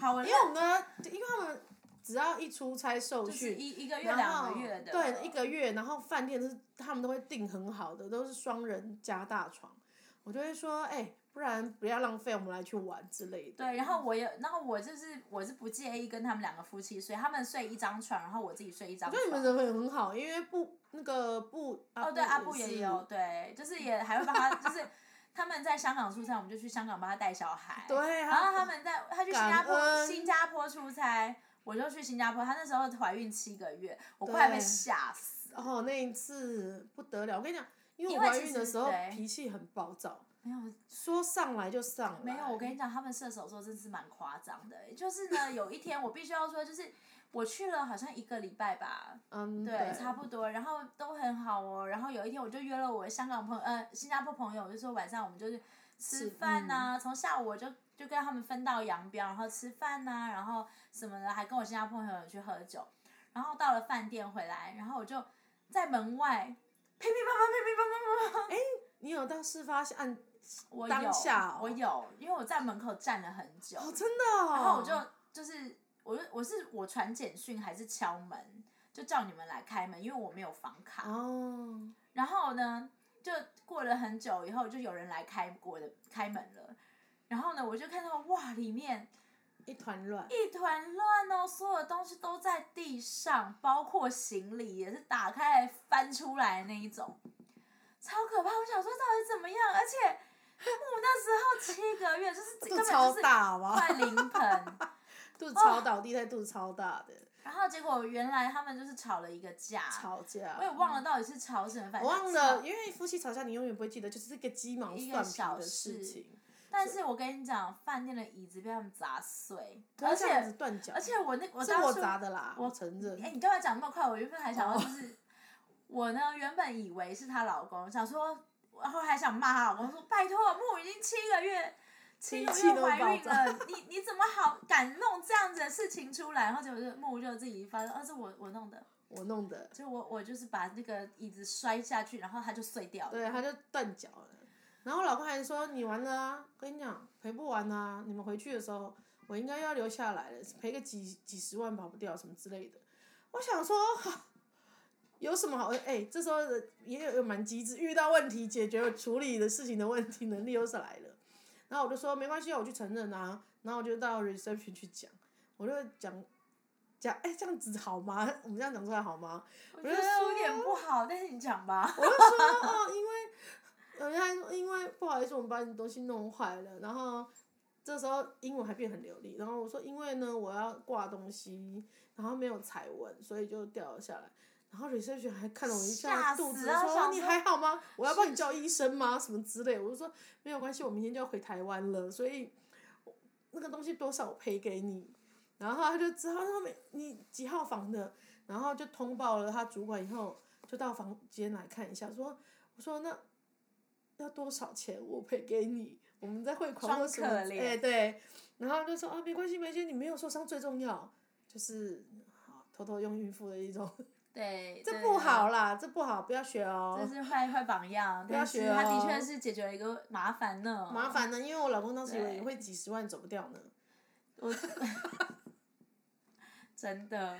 B: 好，我
A: 因为我们的，因为他们只要一出差受
B: 就是
A: 训，
B: 一一个月
A: 然后
B: 两个月的，
A: 对，一个月，然后饭店是他们都会订很好的，都是双人加大床，我就会说，哎、不然不要浪费，我们来去玩之类的。
B: 对，然后我也，然后我就是我是不介意跟他们两个夫妻睡，他们睡一张床，然后我自己睡一张
A: 我觉
B: 床
A: 得。你们人很好，因为不那个不
B: 哦，对，阿布
A: 也
B: 也
A: 是
B: 有，，对，就是也还会帮他，就是他们在香港出差，我们就去香港帮他带小孩。
A: 对，
B: 然后他们在他去新
A: 感
B: 加坡，
A: 恩
B: 新加坡出差，我就去新加坡。他那时候怀孕七个月，我快被
A: 对
B: 吓死。
A: 哦那一次不得了，我跟你讲，因为
B: 因
A: 我
B: 为
A: 怀
B: 其
A: 孕
B: 实
A: 的时候
B: 对
A: 脾气很暴躁，
B: 没有，
A: 说上来就上来，
B: 没有，我跟你讲，他们射手座真是蛮夸张的欸、就是 呢，有一天我必须要说，就是我去了好像一个礼拜吧，
A: 嗯
B: 对，差不多，然后都很好哦。然后有一天我就约了我的香港朋友，呃，新加坡朋友，就说晚上我们就是吃
A: 是
B: 饭
A: 嗯
B: 呐、从下午我就就跟他们分道扬镳，然后吃饭呐、然后什么的，还跟我新加坡朋友去喝酒。然后到了饭店回来，然后我就在门外噼噼啪啪噼噼啪啪啪啪，
A: 你有到事发现按
B: 我有，
A: 当下哦
B: 我有，因为我在门口站了很久，
A: 哦，真的、哦，
B: 然后我就就是我就我是我传简讯还是敲门，就叫你们来开门，因为我没有房卡。
A: 哦，
B: 然后呢，就过了很久以后，就有人来开我的开门了。然后呢，我就看到哇，里面
A: 一团乱，
B: 一团乱哦，所有东西都在地上，包括行李也是打开来翻出来那一种，超可怕。我想说到底怎么样？而且我那时候七个月， 就是
A: 肚
B: 根
A: 子
B: 本
A: 超
B: 就是
A: 大吧，
B: 快哦临盆。
A: 肚子超大，我第一胎肚子超大的，
B: 然后结果原来他们就是吵了一个架，
A: 吵架
B: 我，也忘了到底是吵什么，反
A: 我
B: 正
A: 忘
B: 吵
A: 了，。因为夫妻吵架你永远不会记得，就是这个鸡毛
B: 一
A: 蒜
B: 个
A: 皮
B: 小
A: 的
B: 事
A: 事情，
B: 但是我跟你讲，饭店的椅子被他们砸碎，
A: 不要
B: 而
A: 这样子
B: 且
A: 断脚，
B: 而且我那我
A: 是
B: 当初
A: 我砸的啦，
B: 我
A: 我承认，哦
B: 哎、你干嘛讲那么快？我原本还想要就是，我呢原本以为是她老公，想说，然后还想骂她老公说，拜托，木已经七个月，七个
A: 脾气
B: 月
A: 都
B: 怀
A: 暴
B: 孕了，你你怎么好敢弄这样子的事情出来？然后结果就木就自己发现，啊，是我我弄的，
A: 我弄的，
B: 就我我就是把那个椅子摔下去，然后它就碎掉了。
A: 对，他就断脚了。然后我老公还说你完了啊，跟你讲赔不完啊，你们回去的时候我应该要留下来了，赔个几几十万跑不掉什么之类的。我想说， 有什么好？哎、这时候的也有蛮机智，遇到问题解决处理的事情的问题能力又是来了。然后我就说没关系啊，我去承认啊。然后我就到 reception 去讲，我就讲讲，哎、这样子好吗？我们这样讲出来好吗？
B: 我
A: 就
B: 觉得有
A: 说
B: 点不好，但是你讲吧。
A: 啊我就说哦，因为 有人还说，因为不好意思，我们把你东西弄坏了，然后这时候英文还变很流利，然后我说因为呢，我要挂东西，然后没有踩稳，所以就掉了下来。然后 reception 还看了我一
B: 吓
A: 下肚
B: 死
A: 子，
B: 啊想
A: 说哦你
B: 说
A: 还好吗？我要帮你叫医生吗？什么之类，我就说没有关系，我明天就要回台湾了，所以那个东西多少我赔给你。然后他就知道他们你几号房的，然后就通报了他主管以后，就到房间来看一下，说我说那要多少钱我赔给你，我们再汇款
B: 装
A: 或什么
B: 可
A: 之，
B: 怜
A: 哎对，然后就说啊没关系没关系，你没有受伤最重要，就是好偷偷用孕妇的一种，
B: 对，
A: 这
B: 对
A: 不好啦，这不好，不要学
B: 这
A: 哦。
B: 是坏坏榜样，但是
A: 学
B: 他的
A: 哦
B: 确是解决了一个麻烦呢。
A: 麻，烦呢，因为我老公当时以为
B: 对
A: 也会几十万走不掉呢。
B: 我 真的，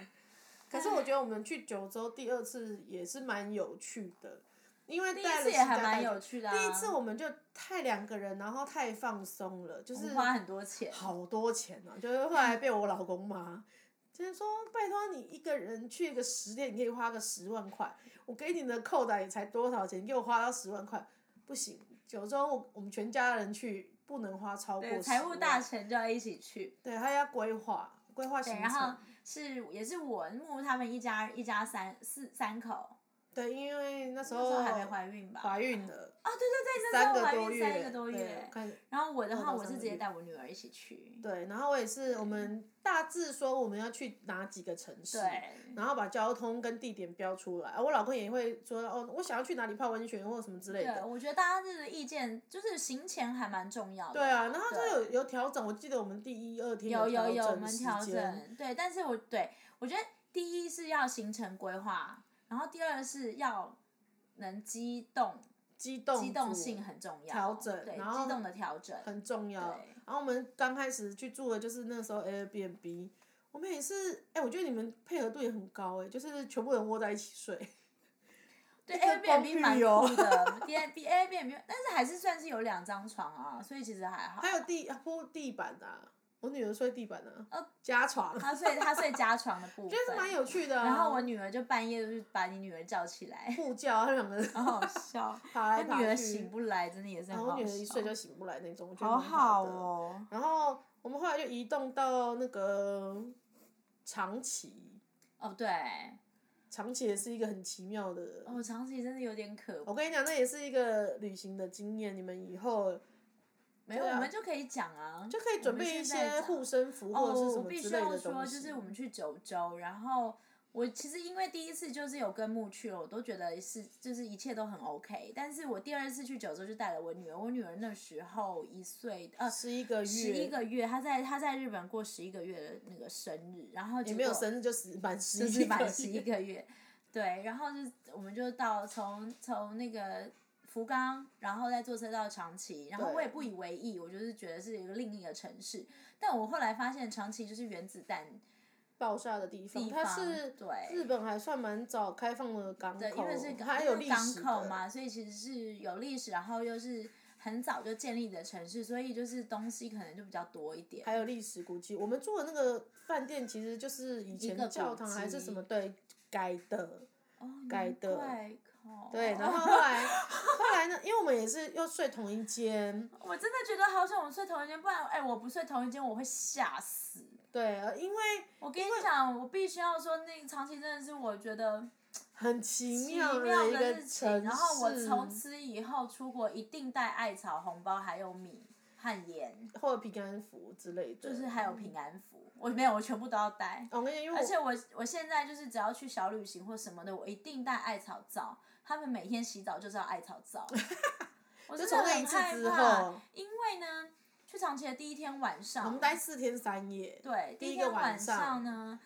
A: 可是我觉得我们去九州第二次也是蛮有趣的，因为
B: 第一
A: 带了
B: 次也
A: 西
B: 还
A: 家
B: 蛮
A: 带
B: 有
A: 着
B: 趣的、啊。
A: 第一次我们就太两个人，然后太放松了，就是
B: 花很多钱，
A: 好多钱呢、就是后来被我老公骂，就是说拜托你一个人去一个十天，你可以花个十万块，我给你的扣打也才多少钱，你给我花到十万块，不行，九州我我们全家人去不能花超过
B: 对，
A: 10
B: 财务大
A: 万，
B: 臣就要一起去。
A: 对，他要规划规划行程，
B: 对，然后是也是我木他们一家一家三四三口，
A: 对，因为那时
B: 那时
A: 候
B: 候还没怀孕吧？
A: 哦怀孕了。
B: 啊，对对对，那时
A: 三
B: 候
A: 个
B: 怀
A: 多
B: 孕
A: 月，
B: 三个多
A: 对
B: 月
A: 我。看
B: 然后我的话，
A: 到
B: 我
A: 三
B: 是
A: 个
B: 直接
A: 月
B: 带我女儿一起去。
A: 对，然后我也是，我们大致说我们要去哪几个城市，
B: 嗯对，
A: 然后把交通跟地点标出来。啊我老公也会说，哦，我想要去哪里泡温泉或什么之类
B: 对，
A: 的。
B: 我觉得大家的意见就是行前还蛮重要的。
A: 对啊，然后
B: 对
A: 就有有调整，我记得我们第一、二天
B: 有有有，
A: 调
B: 我
A: 整
B: 们
A: 时
B: 调
A: 间，
B: 整对，但是我对我觉得第一是要行程规划，然后第二是要能机动，
A: 机动
B: 机动
A: 组
B: 性很重要，
A: 调整
B: 对
A: 然后
B: 机动的调整，
A: 很重要
B: 对。
A: 然后我们刚开始去住的就是那时候 Airbnb，我们也是，哎、我觉得你们配合度也很高、哎，就是全部人窝在一起睡。 这个公
B: 对 Airbnb 蛮
A: 寓哦
B: 酷的，B B Airbnb，但是还是算是有两张床啊，所以其实还好
A: 还。有地铺地板啊，我女儿睡地板啊，
B: 呃
A: 加床，
B: 他睡他睡加床的部 分，
A: 就是蛮有趣的、啊。
B: 然后我女儿就半夜就是把你女儿叫起来，
A: 护教，他两个人
B: 好好 笑。
A: 爬
B: 他
A: 来爬
B: 嗯女儿
A: 去
B: 醒不来，真的也是
A: 然
B: 很
A: 后我
B: 好
A: 女儿一
B: 笑
A: 睡。就醒不来那种，我觉得
B: 好
A: 蛮好
B: 好
A: 的。
B: 哦。
A: 然后我们后来就移动到那个长崎，
B: 哦，对，
A: 长崎也是一个很奇妙的。
B: 哦，长期真的有点可
A: 我跟你讲，那也是一个旅行的经验，你们以后
B: 没有，
A: 对啊
B: 我们就可以讲啊，
A: 就可以准备一些护
B: 士
A: 身符或
B: 哦，
A: 者是
B: 我
A: 什
B: 我
A: 么
B: 必
A: 之
B: 须
A: 类
B: 要
A: 的
B: 说，
A: 东
B: 就
A: 西。
B: 是我们去九州，然后我其实因为第一次就是有跟木去了，我都觉得是就是一切都很 OK，但是我第二次去九州就带了我女儿，我女儿那时候一岁，呃，
A: 十一个月，
B: 十一个月，她在她在日本过十一个月的那个生日，然后
A: 也
B: 结
A: 没有
B: 果
A: 生日就十满十
B: 就
A: 一
B: 是
A: 个
B: 满十一
A: 月
B: 个月， 对，然后就是我们就到从从那个福冈，然后再坐车到长崎，然后
A: 对
B: 我也不以为意，我就是觉得是一个另一个城市，但我后来发现长崎就是原子弹，
A: 爆炸的地方，
B: 地
A: 它
B: 方
A: 是
B: 对
A: 日本还算蛮早开放的港口，
B: 对，因为是
A: 它还有历
B: 港
A: 史
B: 口
A: 的
B: 嘛，所以其实是有历史，然后又是很早就建立的城市，所以就是东西可能就比较多一点
A: 还。有历史古迹。我们住的那个饭店其实就是以
B: 一个
A: 前
B: 古
A: 教堂还是什么
B: 迹
A: 对改的，
B: 哦，
A: 改的
B: 难怪靠
A: 对，然 后后来后来呢，因为我们也是又睡同一间，
B: 我真的觉得好想我睡同一间，不然哎、我不睡同一间我会吓死。
A: 对，呃因为
B: 我跟你讲，我必须要说，那个长崎真的是我觉得
A: 很奇
B: 奇
A: 妙
B: 妙
A: 一
B: 的
A: 个
B: 事情。
A: 城
B: 然后我
A: 市
B: 从此以后出国一定带艾草、红包，还有米和盐，
A: 或者平安符之类的，
B: 就是还有平安符。我没有，我全部都要带。
A: 哦。我跟你讲，因为
B: 而且
A: 我
B: 我我现在就是只要去小旅行或什么的，我一定带艾草皂。他们每天洗澡就是要艾草 皂。我真
A: 就
B: 的
A: 从那一
B: 很
A: 次
B: 害
A: 之
B: 怕，
A: 后，
B: 因为呢，去长崎的第一天晚上，
A: 我们待四天三夜，
B: 对，
A: 第
B: 第
A: 一
B: 一
A: 个
B: 天
A: 晚
B: 晚
A: 上
B: 上呢，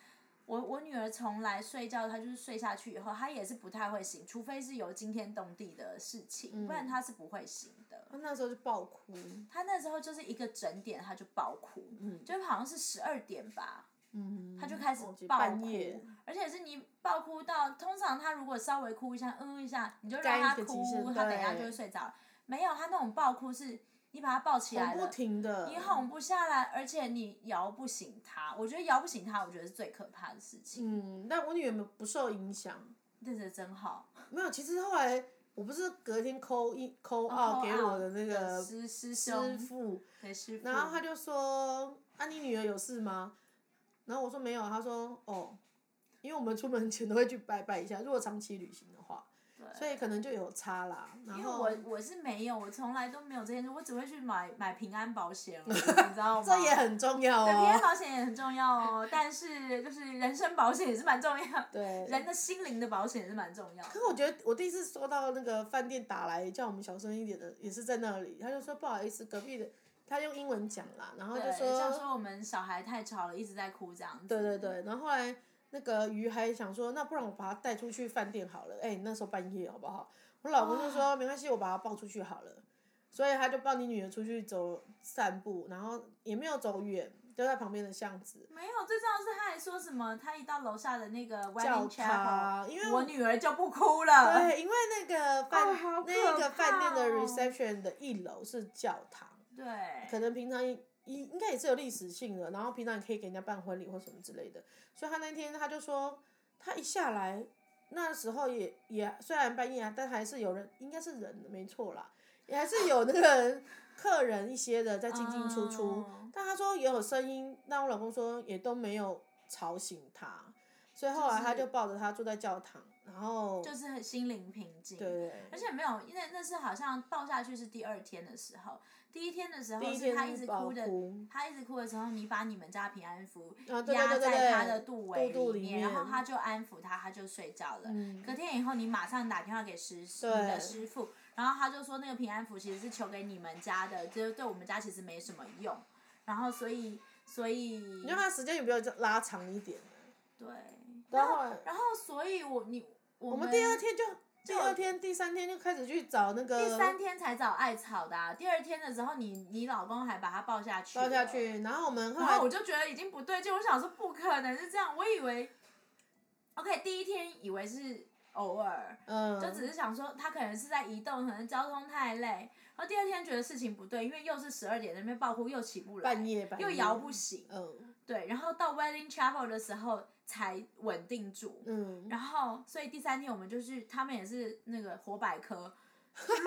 B: 我我女儿从来睡觉，她就是睡下去以后，她也是不太会醒，除非是有惊天动地的事情，不然
A: 嗯
B: 她是不会醒的。
A: 他那时候就爆哭，
B: 她那时候就是一个整点，她就爆哭，
A: 嗯
B: 就好像是十二点吧，
A: 嗯，
B: 她就开始
A: 忘记
B: 爆哭，
A: 半夜。
B: 而且是你爆哭到，通常她如果稍微哭一下，嗯一下，你就
A: 该
B: 让她
A: 一个极限
B: 哭，她等一下就
A: 对
B: 会睡着了。没有，她那种爆哭是你把她抱起来
A: 不
B: 了，
A: 停的，
B: 你哄不下来，而且你摇不醒他。我觉得摇不醒他，我觉得是最可怕的事情。
A: 嗯，但我女儿没有不受影响，
B: 这是真好。
A: 没有。其实后来我不是隔天扣一扣
B: 哦
A: 二给我的那个
B: 师师
A: 师
B: 兄，
A: 傅，
B: 对师傅，
A: 然后他就说：“啊，你女儿有事吗？”然后我说没有，他说：“哦，因为我们出门前都会去拜拜一下，如果长期旅行的话，所以可能就有差啦。”然
B: 因为
A: 后
B: 我我是没有，我从来都没有这件事，我只会去买买平安保险而已，你知道吗？
A: 这也很重要
B: 对平安
A: 哦，
B: 保险也很重要哦，但是就是人身保险也是蛮重要，
A: 对。
B: 人的心灵的保险也是蛮重要的
A: 可。是我觉得我第一次收到那个饭店打来叫我们小声一点的，也是在那里，他就说不好意思，隔壁的他用英文讲啦，然后就
B: 对，像
A: 说，
B: 说我们小孩太吵了，一直在哭这样子。
A: 对对对，然后后来那个鱼还想说，那不然我把他带出去饭店好了，哎，那时候半夜好不好？我老公就
B: 哦
A: 说没关系，我把他抱出去好了，所以他就抱你女儿出去走散步，然后也没有走远，就在旁边的巷子，
B: 没有，最重要的是他还说什么，他一到楼下的那个
A: 叫
B: wedding chapel，
A: 他，因为
B: 我女儿就不哭了。
A: 对，因为那个饭、
B: 哦好可
A: 那个饭店的
B: 怕哦
A: reception 的一楼是教堂，
B: 对，
A: 可能平常一应该也是有历史性的，然后平常也可以给人家办婚礼或什么之类的。所以他那天他就说，他一下来那时候也也虽然半夜啊，但还是有人，应该是人没错啦，也还是有那个人客人一些的在进进出出。
B: 嗯
A: 但他说也有声音，那我老公说也都没有吵醒他，所以后来他
B: 就
A: 就
B: 是
A: 抱着他住在教堂，然后
B: 就是很心灵平静。
A: 对。
B: 而且没有，因为那是好像抱下去是第二天的时候，第一天的时候
A: 一
B: 是
A: 天
B: 他一直
A: 爆
B: 哭的，
A: 哭
B: 他一直哭的时候，你把你们家平安符
A: 啊，对对
B: 压
A: 对对
B: 在
A: 对，
B: 他的肚围
A: 肚
B: 里
A: 里
B: 面，然后
A: 面
B: 他就安抚他，他就睡觉了。
A: 嗯
B: 隔天以后，你马上打电话给师师你的师傅，然后他就说那个平安符其实是求给你们家的，就是对我们家其实没什么用。然后所以所以
A: 你让他时间有没有拉长一点？
B: 对，
A: 然后后来
B: 然后所以我你我
A: 我们
B: 们
A: 哦第二天就第
B: 有
A: 二天、第三天就开始去找那个
B: 第三天才找艾草的、啊，第二天的时候你你老公还把他抱下去，
A: 抱下。去，然后我们后
B: 然后
A: 来
B: 啊我就觉得已经不对劲，我想说不可能是这样，我以为，OK，第一天以为是偶尔，
A: 嗯，
B: 就只是想说他可能是在移动，可能交通太累。然后第二天觉得事情不对，因为又是十二点那边爆哭，又起不来，
A: 半夜半夜
B: 又摇不醒，
A: 嗯
B: 对。然后到 Wedding Chapel 的时候才稳定住，
A: 嗯，
B: 然后所以第三天我们就去，他们也是那个火百科，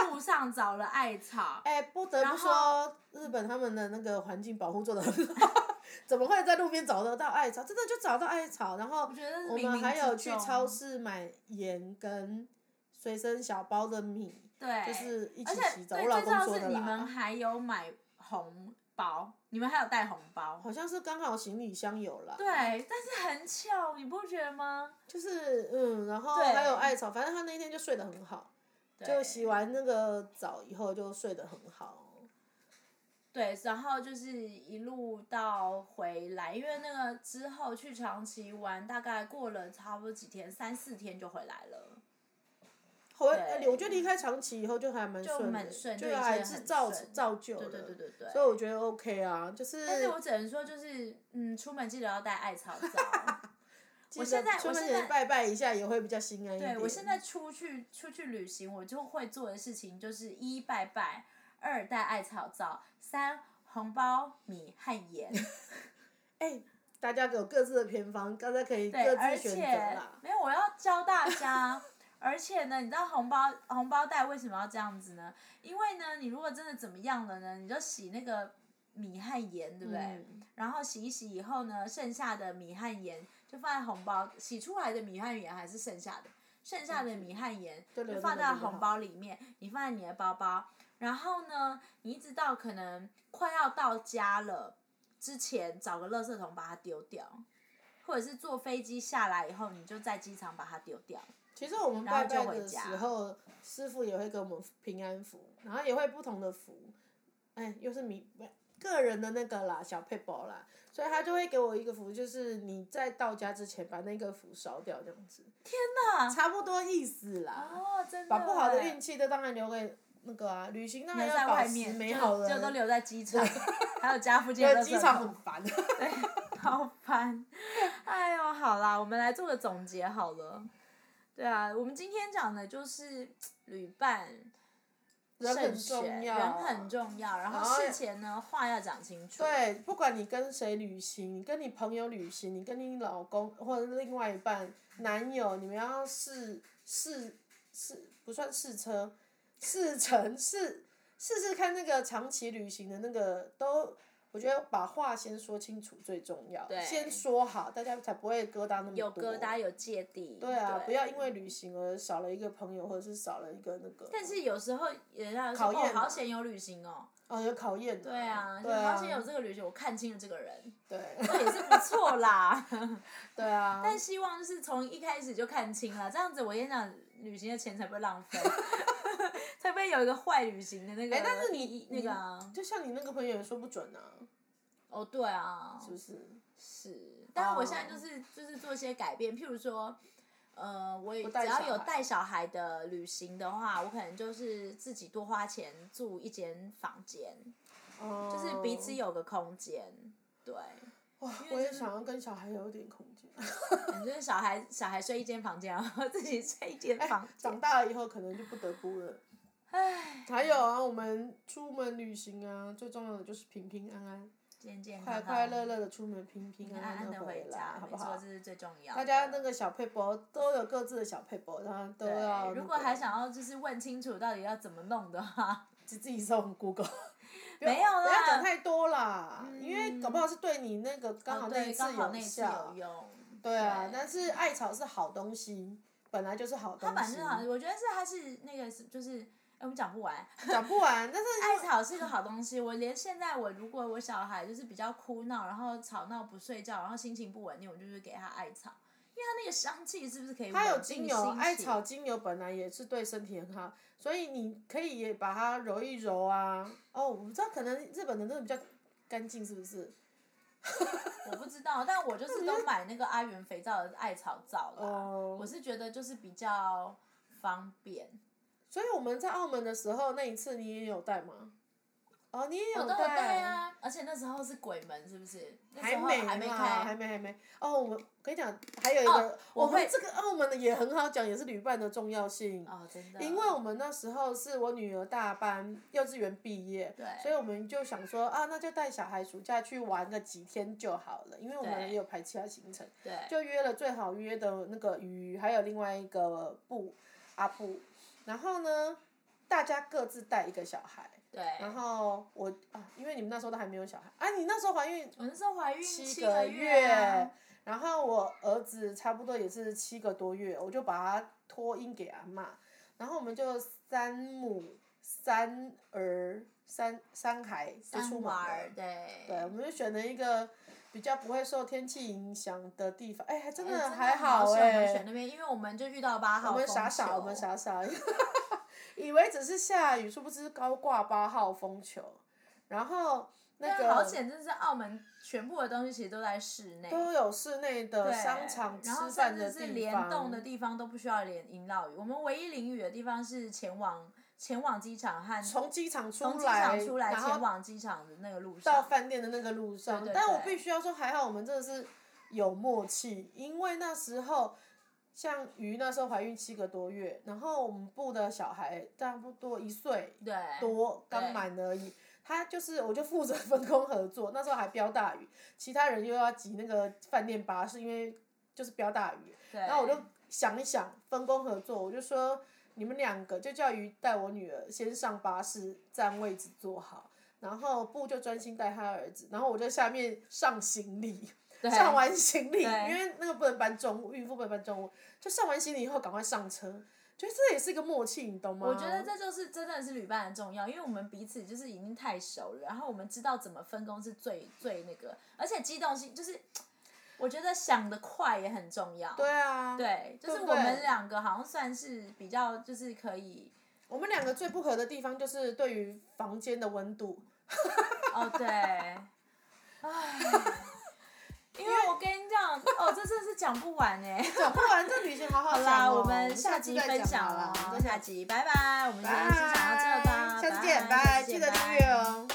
B: 路上找了艾
A: ，
B: 草
A: 哎、不得不
B: 然
A: 说日本他们的那个环境保护做的很好， 怎么会在路边找得到艾草？真的就找到艾草，然后
B: 我觉得是
A: 我
B: 冥冥
A: 们还
B: 之
A: 有去
B: 中
A: 超市买盐跟随身小包的米，
B: 对，
A: 就是一
B: 而
A: 起
B: 且
A: 洗澡。
B: 对，
A: 我老
B: 最重
A: 公
B: 要
A: 说
B: 是
A: 的
B: 你
A: 啦。
B: 们还有买红包，你们还有带红包，
A: 好像是刚好行李箱有了，
B: 对，，但是很巧，你不觉得吗？
A: 就是嗯，然后
B: 对
A: 还有艾草，反正他那一天就睡得很好，就
B: 对
A: 洗完那个澡以后就睡得很好。
B: 对，然后就是一路到回来，因为那个之后去长崎玩，大概过了差不多几天，三四天就回来了。
A: 后
B: 对
A: 来呃我觉得离开长崎以后就还蛮
B: 就
A: 顺的，
B: 蛮顺就一
A: 就
B: 切
A: 还
B: 很
A: 是造
B: 顺
A: 造就
B: 对
A: 了，
B: 对对对对。
A: 所以我觉得 OK 啊，就是
B: 但是我只能说，就是嗯，出门记得要带艾草皂。
A: 记
B: 我
A: 得
B: 现在
A: 出
B: 我
A: 门
B: 现
A: 前
B: 在
A: 拜拜一下也会比较心安一点。
B: 哎对我现在出去出去旅行，我就会做的事情就是一拜拜，二带艾草皂，三红包米和盐。
A: 哎，大家有各自的偏方，大家可以
B: 对，
A: 各
B: 而
A: 自选
B: 且
A: 择啦。
B: 没有，我要教大家。而且呢，你知道红包红包袋为什么要这样子呢？因为呢，你如果真的怎么样了呢，你就洗那个米和盐，对不对？
A: 嗯
B: 然后洗一洗以后呢，剩下的米和盐就放在红包，洗出来的米和盐还是剩下的，剩下的米和盐
A: 就嗯留着
B: 就放
A: 那
B: 在
A: 边就
B: 红
A: 好
B: 包里面，你放在你的包包。然后呢，你一直到可能快要到家了之前，找个垃圾桶把它丢掉，或者是坐飞机下来以后，你就在机场把它丢掉。
A: 其实我们
B: 然后
A: 拜
B: 就
A: 拜
B: 回
A: 的时
B: 家
A: 候，师傅也会给我们平安符，然后也会不同的符，哎，又是你个人的那个啦，小 p a 啦，所以他就会给我一个符，就是你在到家之前把那个符烧掉，这样子。天
B: 哪
A: 差不不多意思啦，
B: 哦，真的。
A: 把不好的运气都当然留给那个啊，旅行当然
B: 留在
A: 要保
B: 外
A: 持
B: 面，
A: 美
B: 就
A: 好的，
B: 就都留在机场， 还有家附近的
A: 对
B: 垃圾
A: 机场
B: 桶
A: 很 烦。
B: 好烦！ 哎呦，好啦，我们来做个总结好了。对啊，我们今天讲的就是旅伴
A: 人
B: 慎
A: 很
B: 选，
A: 重要，啊
B: 人很重要。然后
A: 然
B: 事
A: 后
B: 前呢，话要讲清楚。
A: 对，不管你跟谁旅行，你跟你朋友旅行，你跟你老公或者另外一半、男友，你们要试试试，不算试车，试乘试试试看那个长期旅行的那个都。我觉得把话先说清楚最重要，
B: 对
A: 先说好，大家才不会疙瘩那么多。
B: 有疙瘩，。有芥蒂。
A: 对啊，不要因为旅行而少了一个朋友，或者是少了一个那个。
B: 但是有时候人家说
A: 考验
B: 哦，好
A: 嘛
B: 险有旅行哦，
A: 哦，有考验的。
B: 对啊，就
A: 对
B: 发
A: 啊，
B: 现有这个旅行，我看清了这个人，
A: 对啊
B: 也是不错 啦。
A: 对啊。
B: 但希望就是从一开始就看清了，这样子我跟你讲，旅行的钱才不会浪 费，才不会有一个坏旅行的那个。
A: 哎但是你
B: 那个啊，
A: 就像你那个朋友也说不准啊，
B: 哦对啊，
A: 是不是？
B: 是，但是我现在就是就是做一些改变，譬如说，呃，我也
A: 不
B: 只
A: 带小
B: 要有
A: 孩
B: 带小孩的旅行的话，我可能就是自己多花钱住一间房间，
A: 就
B: 就是彼此。有个空间。对，
A: 哇，我也想要跟小孩有一点空间。
B: 你就是小孩小孩睡一间房间，然后自己睡一间房
A: 哎长
B: 间。
A: 大了以后可能就不得不了。
B: 唉，
A: 还有啊，我们出门旅行啊，最重要的就是平平安安、
B: 健健
A: 快
B: 康
A: 快乐
B: 康、
A: 乐的出门，平平
B: 啊平
A: 安
B: 安安
A: 的回
B: 的回
A: 来，
B: 家，
A: 好
B: 没
A: 不
B: 错，
A: 好
B: 这？是最重要的。
A: 大家那个小配博都有各自的小配博，然后都要、
B: 对，如果还，想要就是问清楚到底要怎么弄的话，
A: 自己上 Google，
B: 没
A: 不
B: 有
A: 要
B: 啦嗯
A: 讲，太多啦，因为搞不好是对你那个刚好
B: 哦
A: 那
B: 对，
A: 一
B: 刚
A: 次
B: 好那一次
A: 效。
B: 有用。
A: 对啊
B: 对，
A: 但是艾草是好东西，本来就是好东
B: 它反
A: 西
B: 正，好像，啊我觉得是它是那个是就是，哎、我们讲 不完。
A: 讲不完。但是
B: 艾草是个好东西，我连现在我如果我小孩就是比较哭闹，然后吵闹不睡觉，然后心情不稳定，我就是给他艾草，因为它那个香气是不是可以
A: 它有
B: 稳定
A: 精油，
B: 心
A: 艾
B: 情
A: 草精油本来也是对身体很好，所以你可以也把它揉一揉啊。哦，我不知道，可能日本的真的比较干净，是不是？
B: 我不知道，但我就是都买那个阿元肥皂的艾草皂啦。
A: 哦
B: 我是觉得就是比较方便，
A: 所以我们在澳门的时候那一次，你也有带吗？哦，你也
B: 我
A: 有
B: 都
A: 带，
B: 有带啊，而且那时候是鬼门，是不是？那时
A: 还
B: 候
A: 没
B: 还没
A: 啦
B: 开，
A: 还没还没。哦，我们跟你讲，还有一个，
B: 哦我
A: 我们
B: 会
A: 这个澳门的也很好讲，也是旅伴的重要性。
B: 哦，真的，
A: 因为我们那时候是我女儿大班幼稚园毕业，
B: 对
A: 所以我们就想说啊，那就带小孩暑假去玩个几天就好了，因为我们
B: 对
A: 也有排其他行程，
B: 对
A: 就约了最好约的那个鱼，还有另外一个布阿布，然后呢，大家各自带一个小孩，
B: 对，
A: 然后我啊，因为你们那时候都还没有小孩啊，你那时候怀孕
B: 我那时候怀孕
A: 七
B: 个
A: 个
B: 月啊
A: 月，然后我儿子差不多也是七个多月，我就把他托婴给阿妈，然后我们就三母三儿三三孩就出
B: 三
A: 门
B: 娃
A: 了
B: 儿，。对，
A: 对，我们就选了一个比较不会受天气影响的地方，哎，还真
B: 哎
A: 的
B: 真
A: 还
B: 好
A: 哎、
B: 险我们选那边，因为我们就遇到八号
A: 我们
B: 风
A: 傻傻，
B: 球
A: 我们，傻傻， 以为只是下雨，殊不知高挂八号风球，然后那
B: 但
A: 个
B: 啊好险，真是澳门全部的东西其实都在室内。
A: 都有室内的
B: 对
A: 商场吃
B: 然后
A: 饭
B: 甚
A: 的
B: 至
A: 地
B: 是
A: 方，
B: 联动的地方都不需要淋淋到雨，我们唯一淋雨的地方是前往前往机场和
A: 从机场出
B: 从机
A: 来，
B: 场出来
A: 然
B: 前
A: 后
B: 往机场的那个路
A: 到
B: 上，
A: 饭店的那个路上。
B: 对对
A: 但我
B: 对
A: 必须要说，还好我们真的是有默契，因为那时候像鱼那时候怀孕七个多月，然后我们部的小孩差不多一岁
B: 对，
A: 多
B: 对
A: 刚满而已。他就是，我就负责分工合作。那时候还飙大雨，其他人又要挤那个饭店巴士，因为就是飙大雨。
B: 对
A: 然后我就想一想，分工合作，我就说你们两个就叫鱼带我女儿先上巴士站位置坐好，然后布就专心带他儿子，然后我就下面上行李，
B: 对
A: 上完行李，因
B: 对
A: 为那个不能搬重物，孕妇不能搬重物，就上完行李以后赶快上车，觉得这也是一个默契，你懂吗？
B: 我觉得这就是真的是旅伴的重要，因为我们彼此就是已经太熟了，然后我们知道怎么分工是最最那个，而且机动性就是，我觉得想得快也很重要。
A: 对啊，
B: 对就是
A: 对
B: 我
A: 不对
B: 们两个好像算是比较就是可以，
A: 我们两个最不合的地方就是对于房间的温度，
B: 哦对，唉， 因为我跟你讲，哦这真是讲不完哎、
A: 讲不完这旅行好好
B: 好
A: 讲
B: 啦，
A: 哦
B: 我们下
A: 次
B: 集
A: 再
B: 分
A: 讲
B: 享
A: 好啦
B: 了哦
A: 我，们
B: 下集拜拜，我们今天
A: 拜，
B: 先讲到这吧，
A: 下次见，拜，
B: 拜，下次
A: 记
B: 见
A: 得订
B: 拜
A: 阅哦。